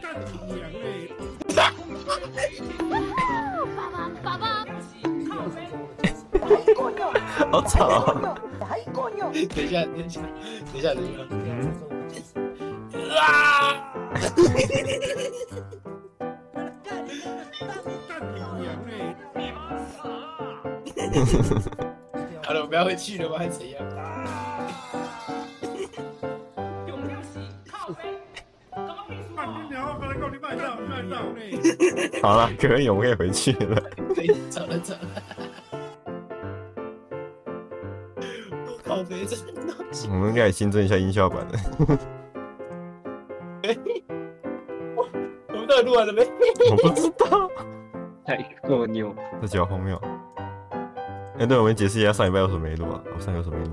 Speaker 3: 干你娘嘞！
Speaker 6: 大根よ
Speaker 2: 好吵！
Speaker 6: 大根よ
Speaker 1: 等一下等一下等一下等一下，
Speaker 2: 嗯
Speaker 1: 啊！
Speaker 3: 干你娘嘞！
Speaker 1: 好了，我们要回去了吗？还是怎样？
Speaker 3: 干你娘！我刚才告你卖到，卖到嘞！
Speaker 2: 好了，可以，我可以回去了。
Speaker 1: 对，走了走了。我靠，别这闹心
Speaker 2: 我们应该也新增一下音效版
Speaker 1: *laughs*
Speaker 2: 的。
Speaker 1: 我们到底录完了没？
Speaker 2: 我不知道，
Speaker 4: 太够牛。
Speaker 2: 这几好荒谬。哎、对，我们解释一下上礼拜有什么没录啊？我上礼拜有什么没录？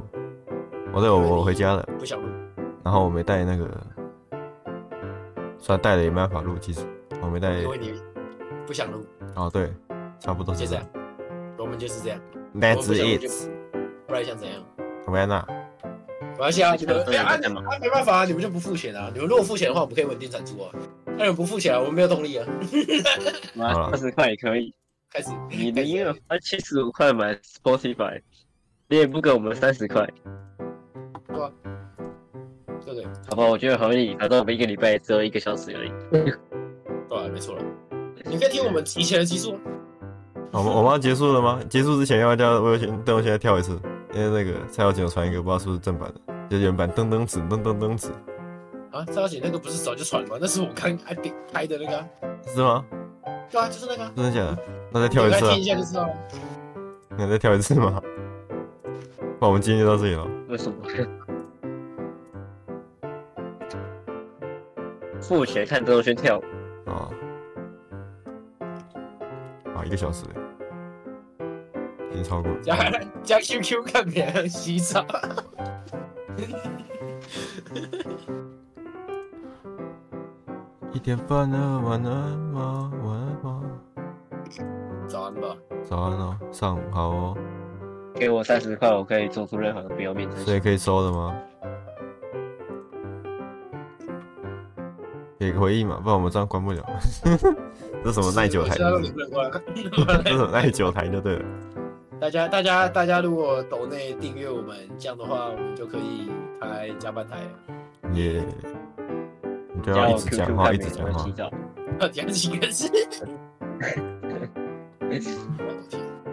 Speaker 2: 我对我我回家了，
Speaker 1: 不想录。
Speaker 2: 然后我没带那个，虽然带了也没办法录，其实我没带
Speaker 1: 因。为你不想录，
Speaker 2: 哦，对，差不多
Speaker 1: 就是这
Speaker 2: 这
Speaker 1: 样
Speaker 2: 样。。
Speaker 1: 我们就是这样，
Speaker 2: That's
Speaker 1: 我不想录
Speaker 2: it，
Speaker 1: 就不然想怎样？
Speaker 2: 维安娜，
Speaker 1: 没关系啊，你们
Speaker 4: 想怎
Speaker 1: 哎
Speaker 4: 样
Speaker 1: 啊，
Speaker 4: 就怎
Speaker 1: 你
Speaker 4: 样
Speaker 1: 啊没办法啊，你们就不付钱啊。你们如果付钱的话，我们可以稳定产出啊。那你们不付钱啊，我们没有动力啊。
Speaker 2: 好了
Speaker 4: 二十块也可以，
Speaker 1: 开始，
Speaker 4: 你
Speaker 1: 开始
Speaker 4: 宁愿花七十五块买 Spotify，你也不给我们三十块，
Speaker 1: 对不对？
Speaker 4: 好吧？我觉得合理，反正我们一个礼拜只有一个小时而已。
Speaker 1: 对啊，没错了。你可以听我们以前的集数啊，
Speaker 2: 我们我们要结束了吗？结束之前要不要叫我先等我现在跳一次，因为那个蔡小姐有传一个，不知道是不是正版的，就是原版噔噔子噔噔噔子，
Speaker 1: 啊，张小姐那个不是早就传了吗？那是我刚哎点拍的那个啊，
Speaker 2: 是吗？
Speaker 1: 对啊，就是那个啊。
Speaker 2: 真的假的？那再
Speaker 1: 你
Speaker 2: 跳
Speaker 1: 们
Speaker 2: 一
Speaker 1: 来
Speaker 2: 次、啊
Speaker 1: 听一，下就知道了。
Speaker 2: 那再跳一次吗？那我们今天就到这里了。
Speaker 4: 为什么？付钱看周轩跳舞，
Speaker 2: 啊，啊，一个小时了，已经超过了。
Speaker 1: 加加 QQ 看别人洗澡，
Speaker 2: 一点半了，晚安吗？晚安吗？
Speaker 1: 早安吧。
Speaker 2: 早安哦，上午好哦，
Speaker 4: 给我三十块，我可以做出任何不要面子的
Speaker 2: 所以
Speaker 4: 事。
Speaker 2: 可以收了吗？给个回应嘛，不然我们这样关不了。 *laughs* 这什么耐久台？
Speaker 1: 啊
Speaker 2: *laughs*
Speaker 1: 我知道你不能关
Speaker 2: 这什么耐久台就对了。
Speaker 1: 大家大家大家如果抖内订阅我们，这样的话我们就可以开加班台 *laughs* 了。
Speaker 2: 耶、你就
Speaker 4: 加
Speaker 2: 要一
Speaker 4: 我
Speaker 2: 直
Speaker 4: QQ
Speaker 2: 讲话，
Speaker 4: 看
Speaker 2: 一
Speaker 4: 别
Speaker 2: 直讲
Speaker 4: 人
Speaker 2: 话
Speaker 4: 洗。澡。
Speaker 1: 讲几个 *laughs* 字？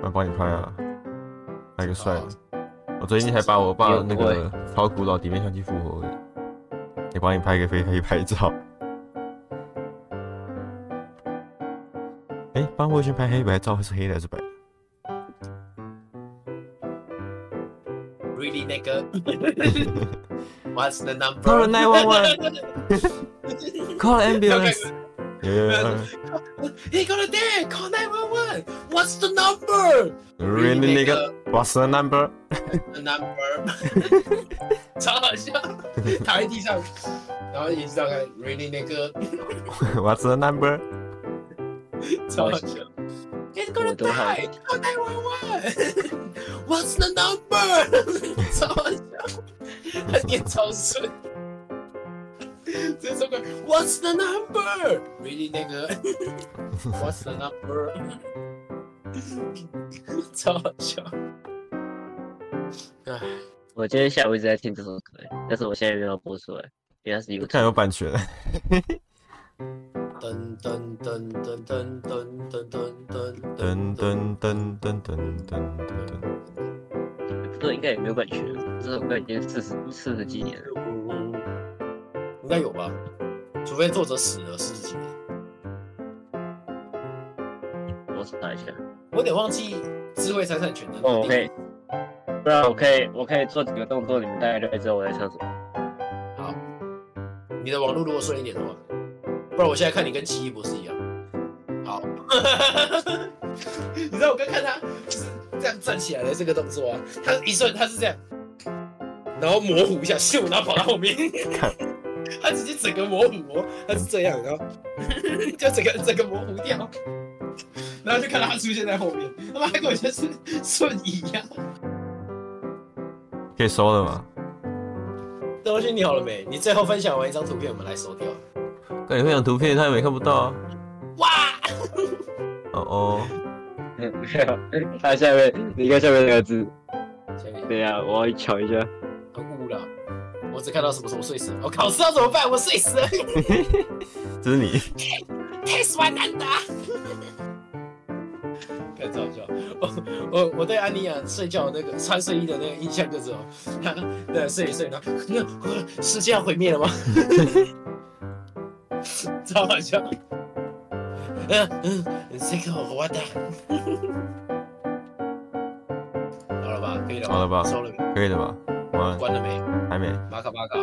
Speaker 2: 我帮你拍啊，拍个帅的。我最近还把我爸那个超古老底面相机复活了，也帮你拍个飞黑拍照。哎、帮魏轩拍黑白照会是黑的还是白的？
Speaker 1: Really 那个 *laughs* ？What's the number？
Speaker 2: Call
Speaker 1: *laughs*
Speaker 2: 911 Call *laughs* 有有有有
Speaker 1: He gonna die. Call nine one one. What's the number?
Speaker 2: Really 那个 What's the number？ *laughs*
Speaker 1: The number 。 *laughs* 超好笑，躺在地上，然后一直大概 Really 那个
Speaker 2: What's the number？
Speaker 1: 超好笑。He's gonna
Speaker 4: 我都好
Speaker 1: die. Call nine one one. *laughs* What's the number？超 *laughs* 好笑，他念超顺。这首歌 What's *laughs* the number？Really 那个 What's the number？ *laughs* 超好笑。哎，
Speaker 4: 我今天下午一直在听这首歌，但是我现在没有播出来，因为它是 YouTube。
Speaker 2: 看有版权。
Speaker 1: 噔噔噔噔噔噔噔噔噔噔
Speaker 2: 噔噔噔噔噔噔噔噔。
Speaker 4: 不过应该也没有版权，这首歌已经四十四十几年了。
Speaker 1: 应该有吧？除非作者死了四十几年，
Speaker 4: 我查一下，
Speaker 1: 我有点忘记智慧财产权的
Speaker 4: 哦，
Speaker 1: 定
Speaker 4: 我可
Speaker 1: 义
Speaker 4: 以。，不然我可以，我可以做几个动作，你们大概就会知道我在唱什么。 *laughs*
Speaker 1: 好，你的网络如果顺一点的话，不然我现在看你跟奇异博士一样。好， *laughs* 你知道我刚看他就是这样站起来的这个动作啊，他一瞬他是这样，然后模糊一下，咻，然后跑到后面，他直接整个模糊哦，他是这样，然后 *laughs* 就整个整个模糊掉，然后就看到他出现在后面，他妈跟我就是瞬移呀、啊。
Speaker 2: 可以收了吗？
Speaker 1: 东西你好了没？你最后分享完一张图片，我们来收掉。
Speaker 2: 那你分享图片，他也没看不到啊。
Speaker 1: 哇！
Speaker 2: 哦哦，
Speaker 4: 没有，它下面你看下面那个字，
Speaker 1: 下面
Speaker 4: 等一下我要瞧一下。
Speaker 1: 很污了。我只看到什么什么睡死了，我、靠，考试要怎么办？我睡死了，
Speaker 2: *laughs* 这是你。
Speaker 1: 太酸难 *laughs* 打。看超好笑，我我我对安妮亚睡觉那个穿睡衣的那个印象就只有她对睡一睡，然后那呃世界要毁灭了吗？ *laughs* 超好笑。嗯嗯，这个我完蛋。好了吧，可以了吧？
Speaker 2: 好了吧
Speaker 1: 收了没？
Speaker 2: 可以的吧？完了，
Speaker 1: 关了没？
Speaker 2: 还没。
Speaker 1: 马卡马卡，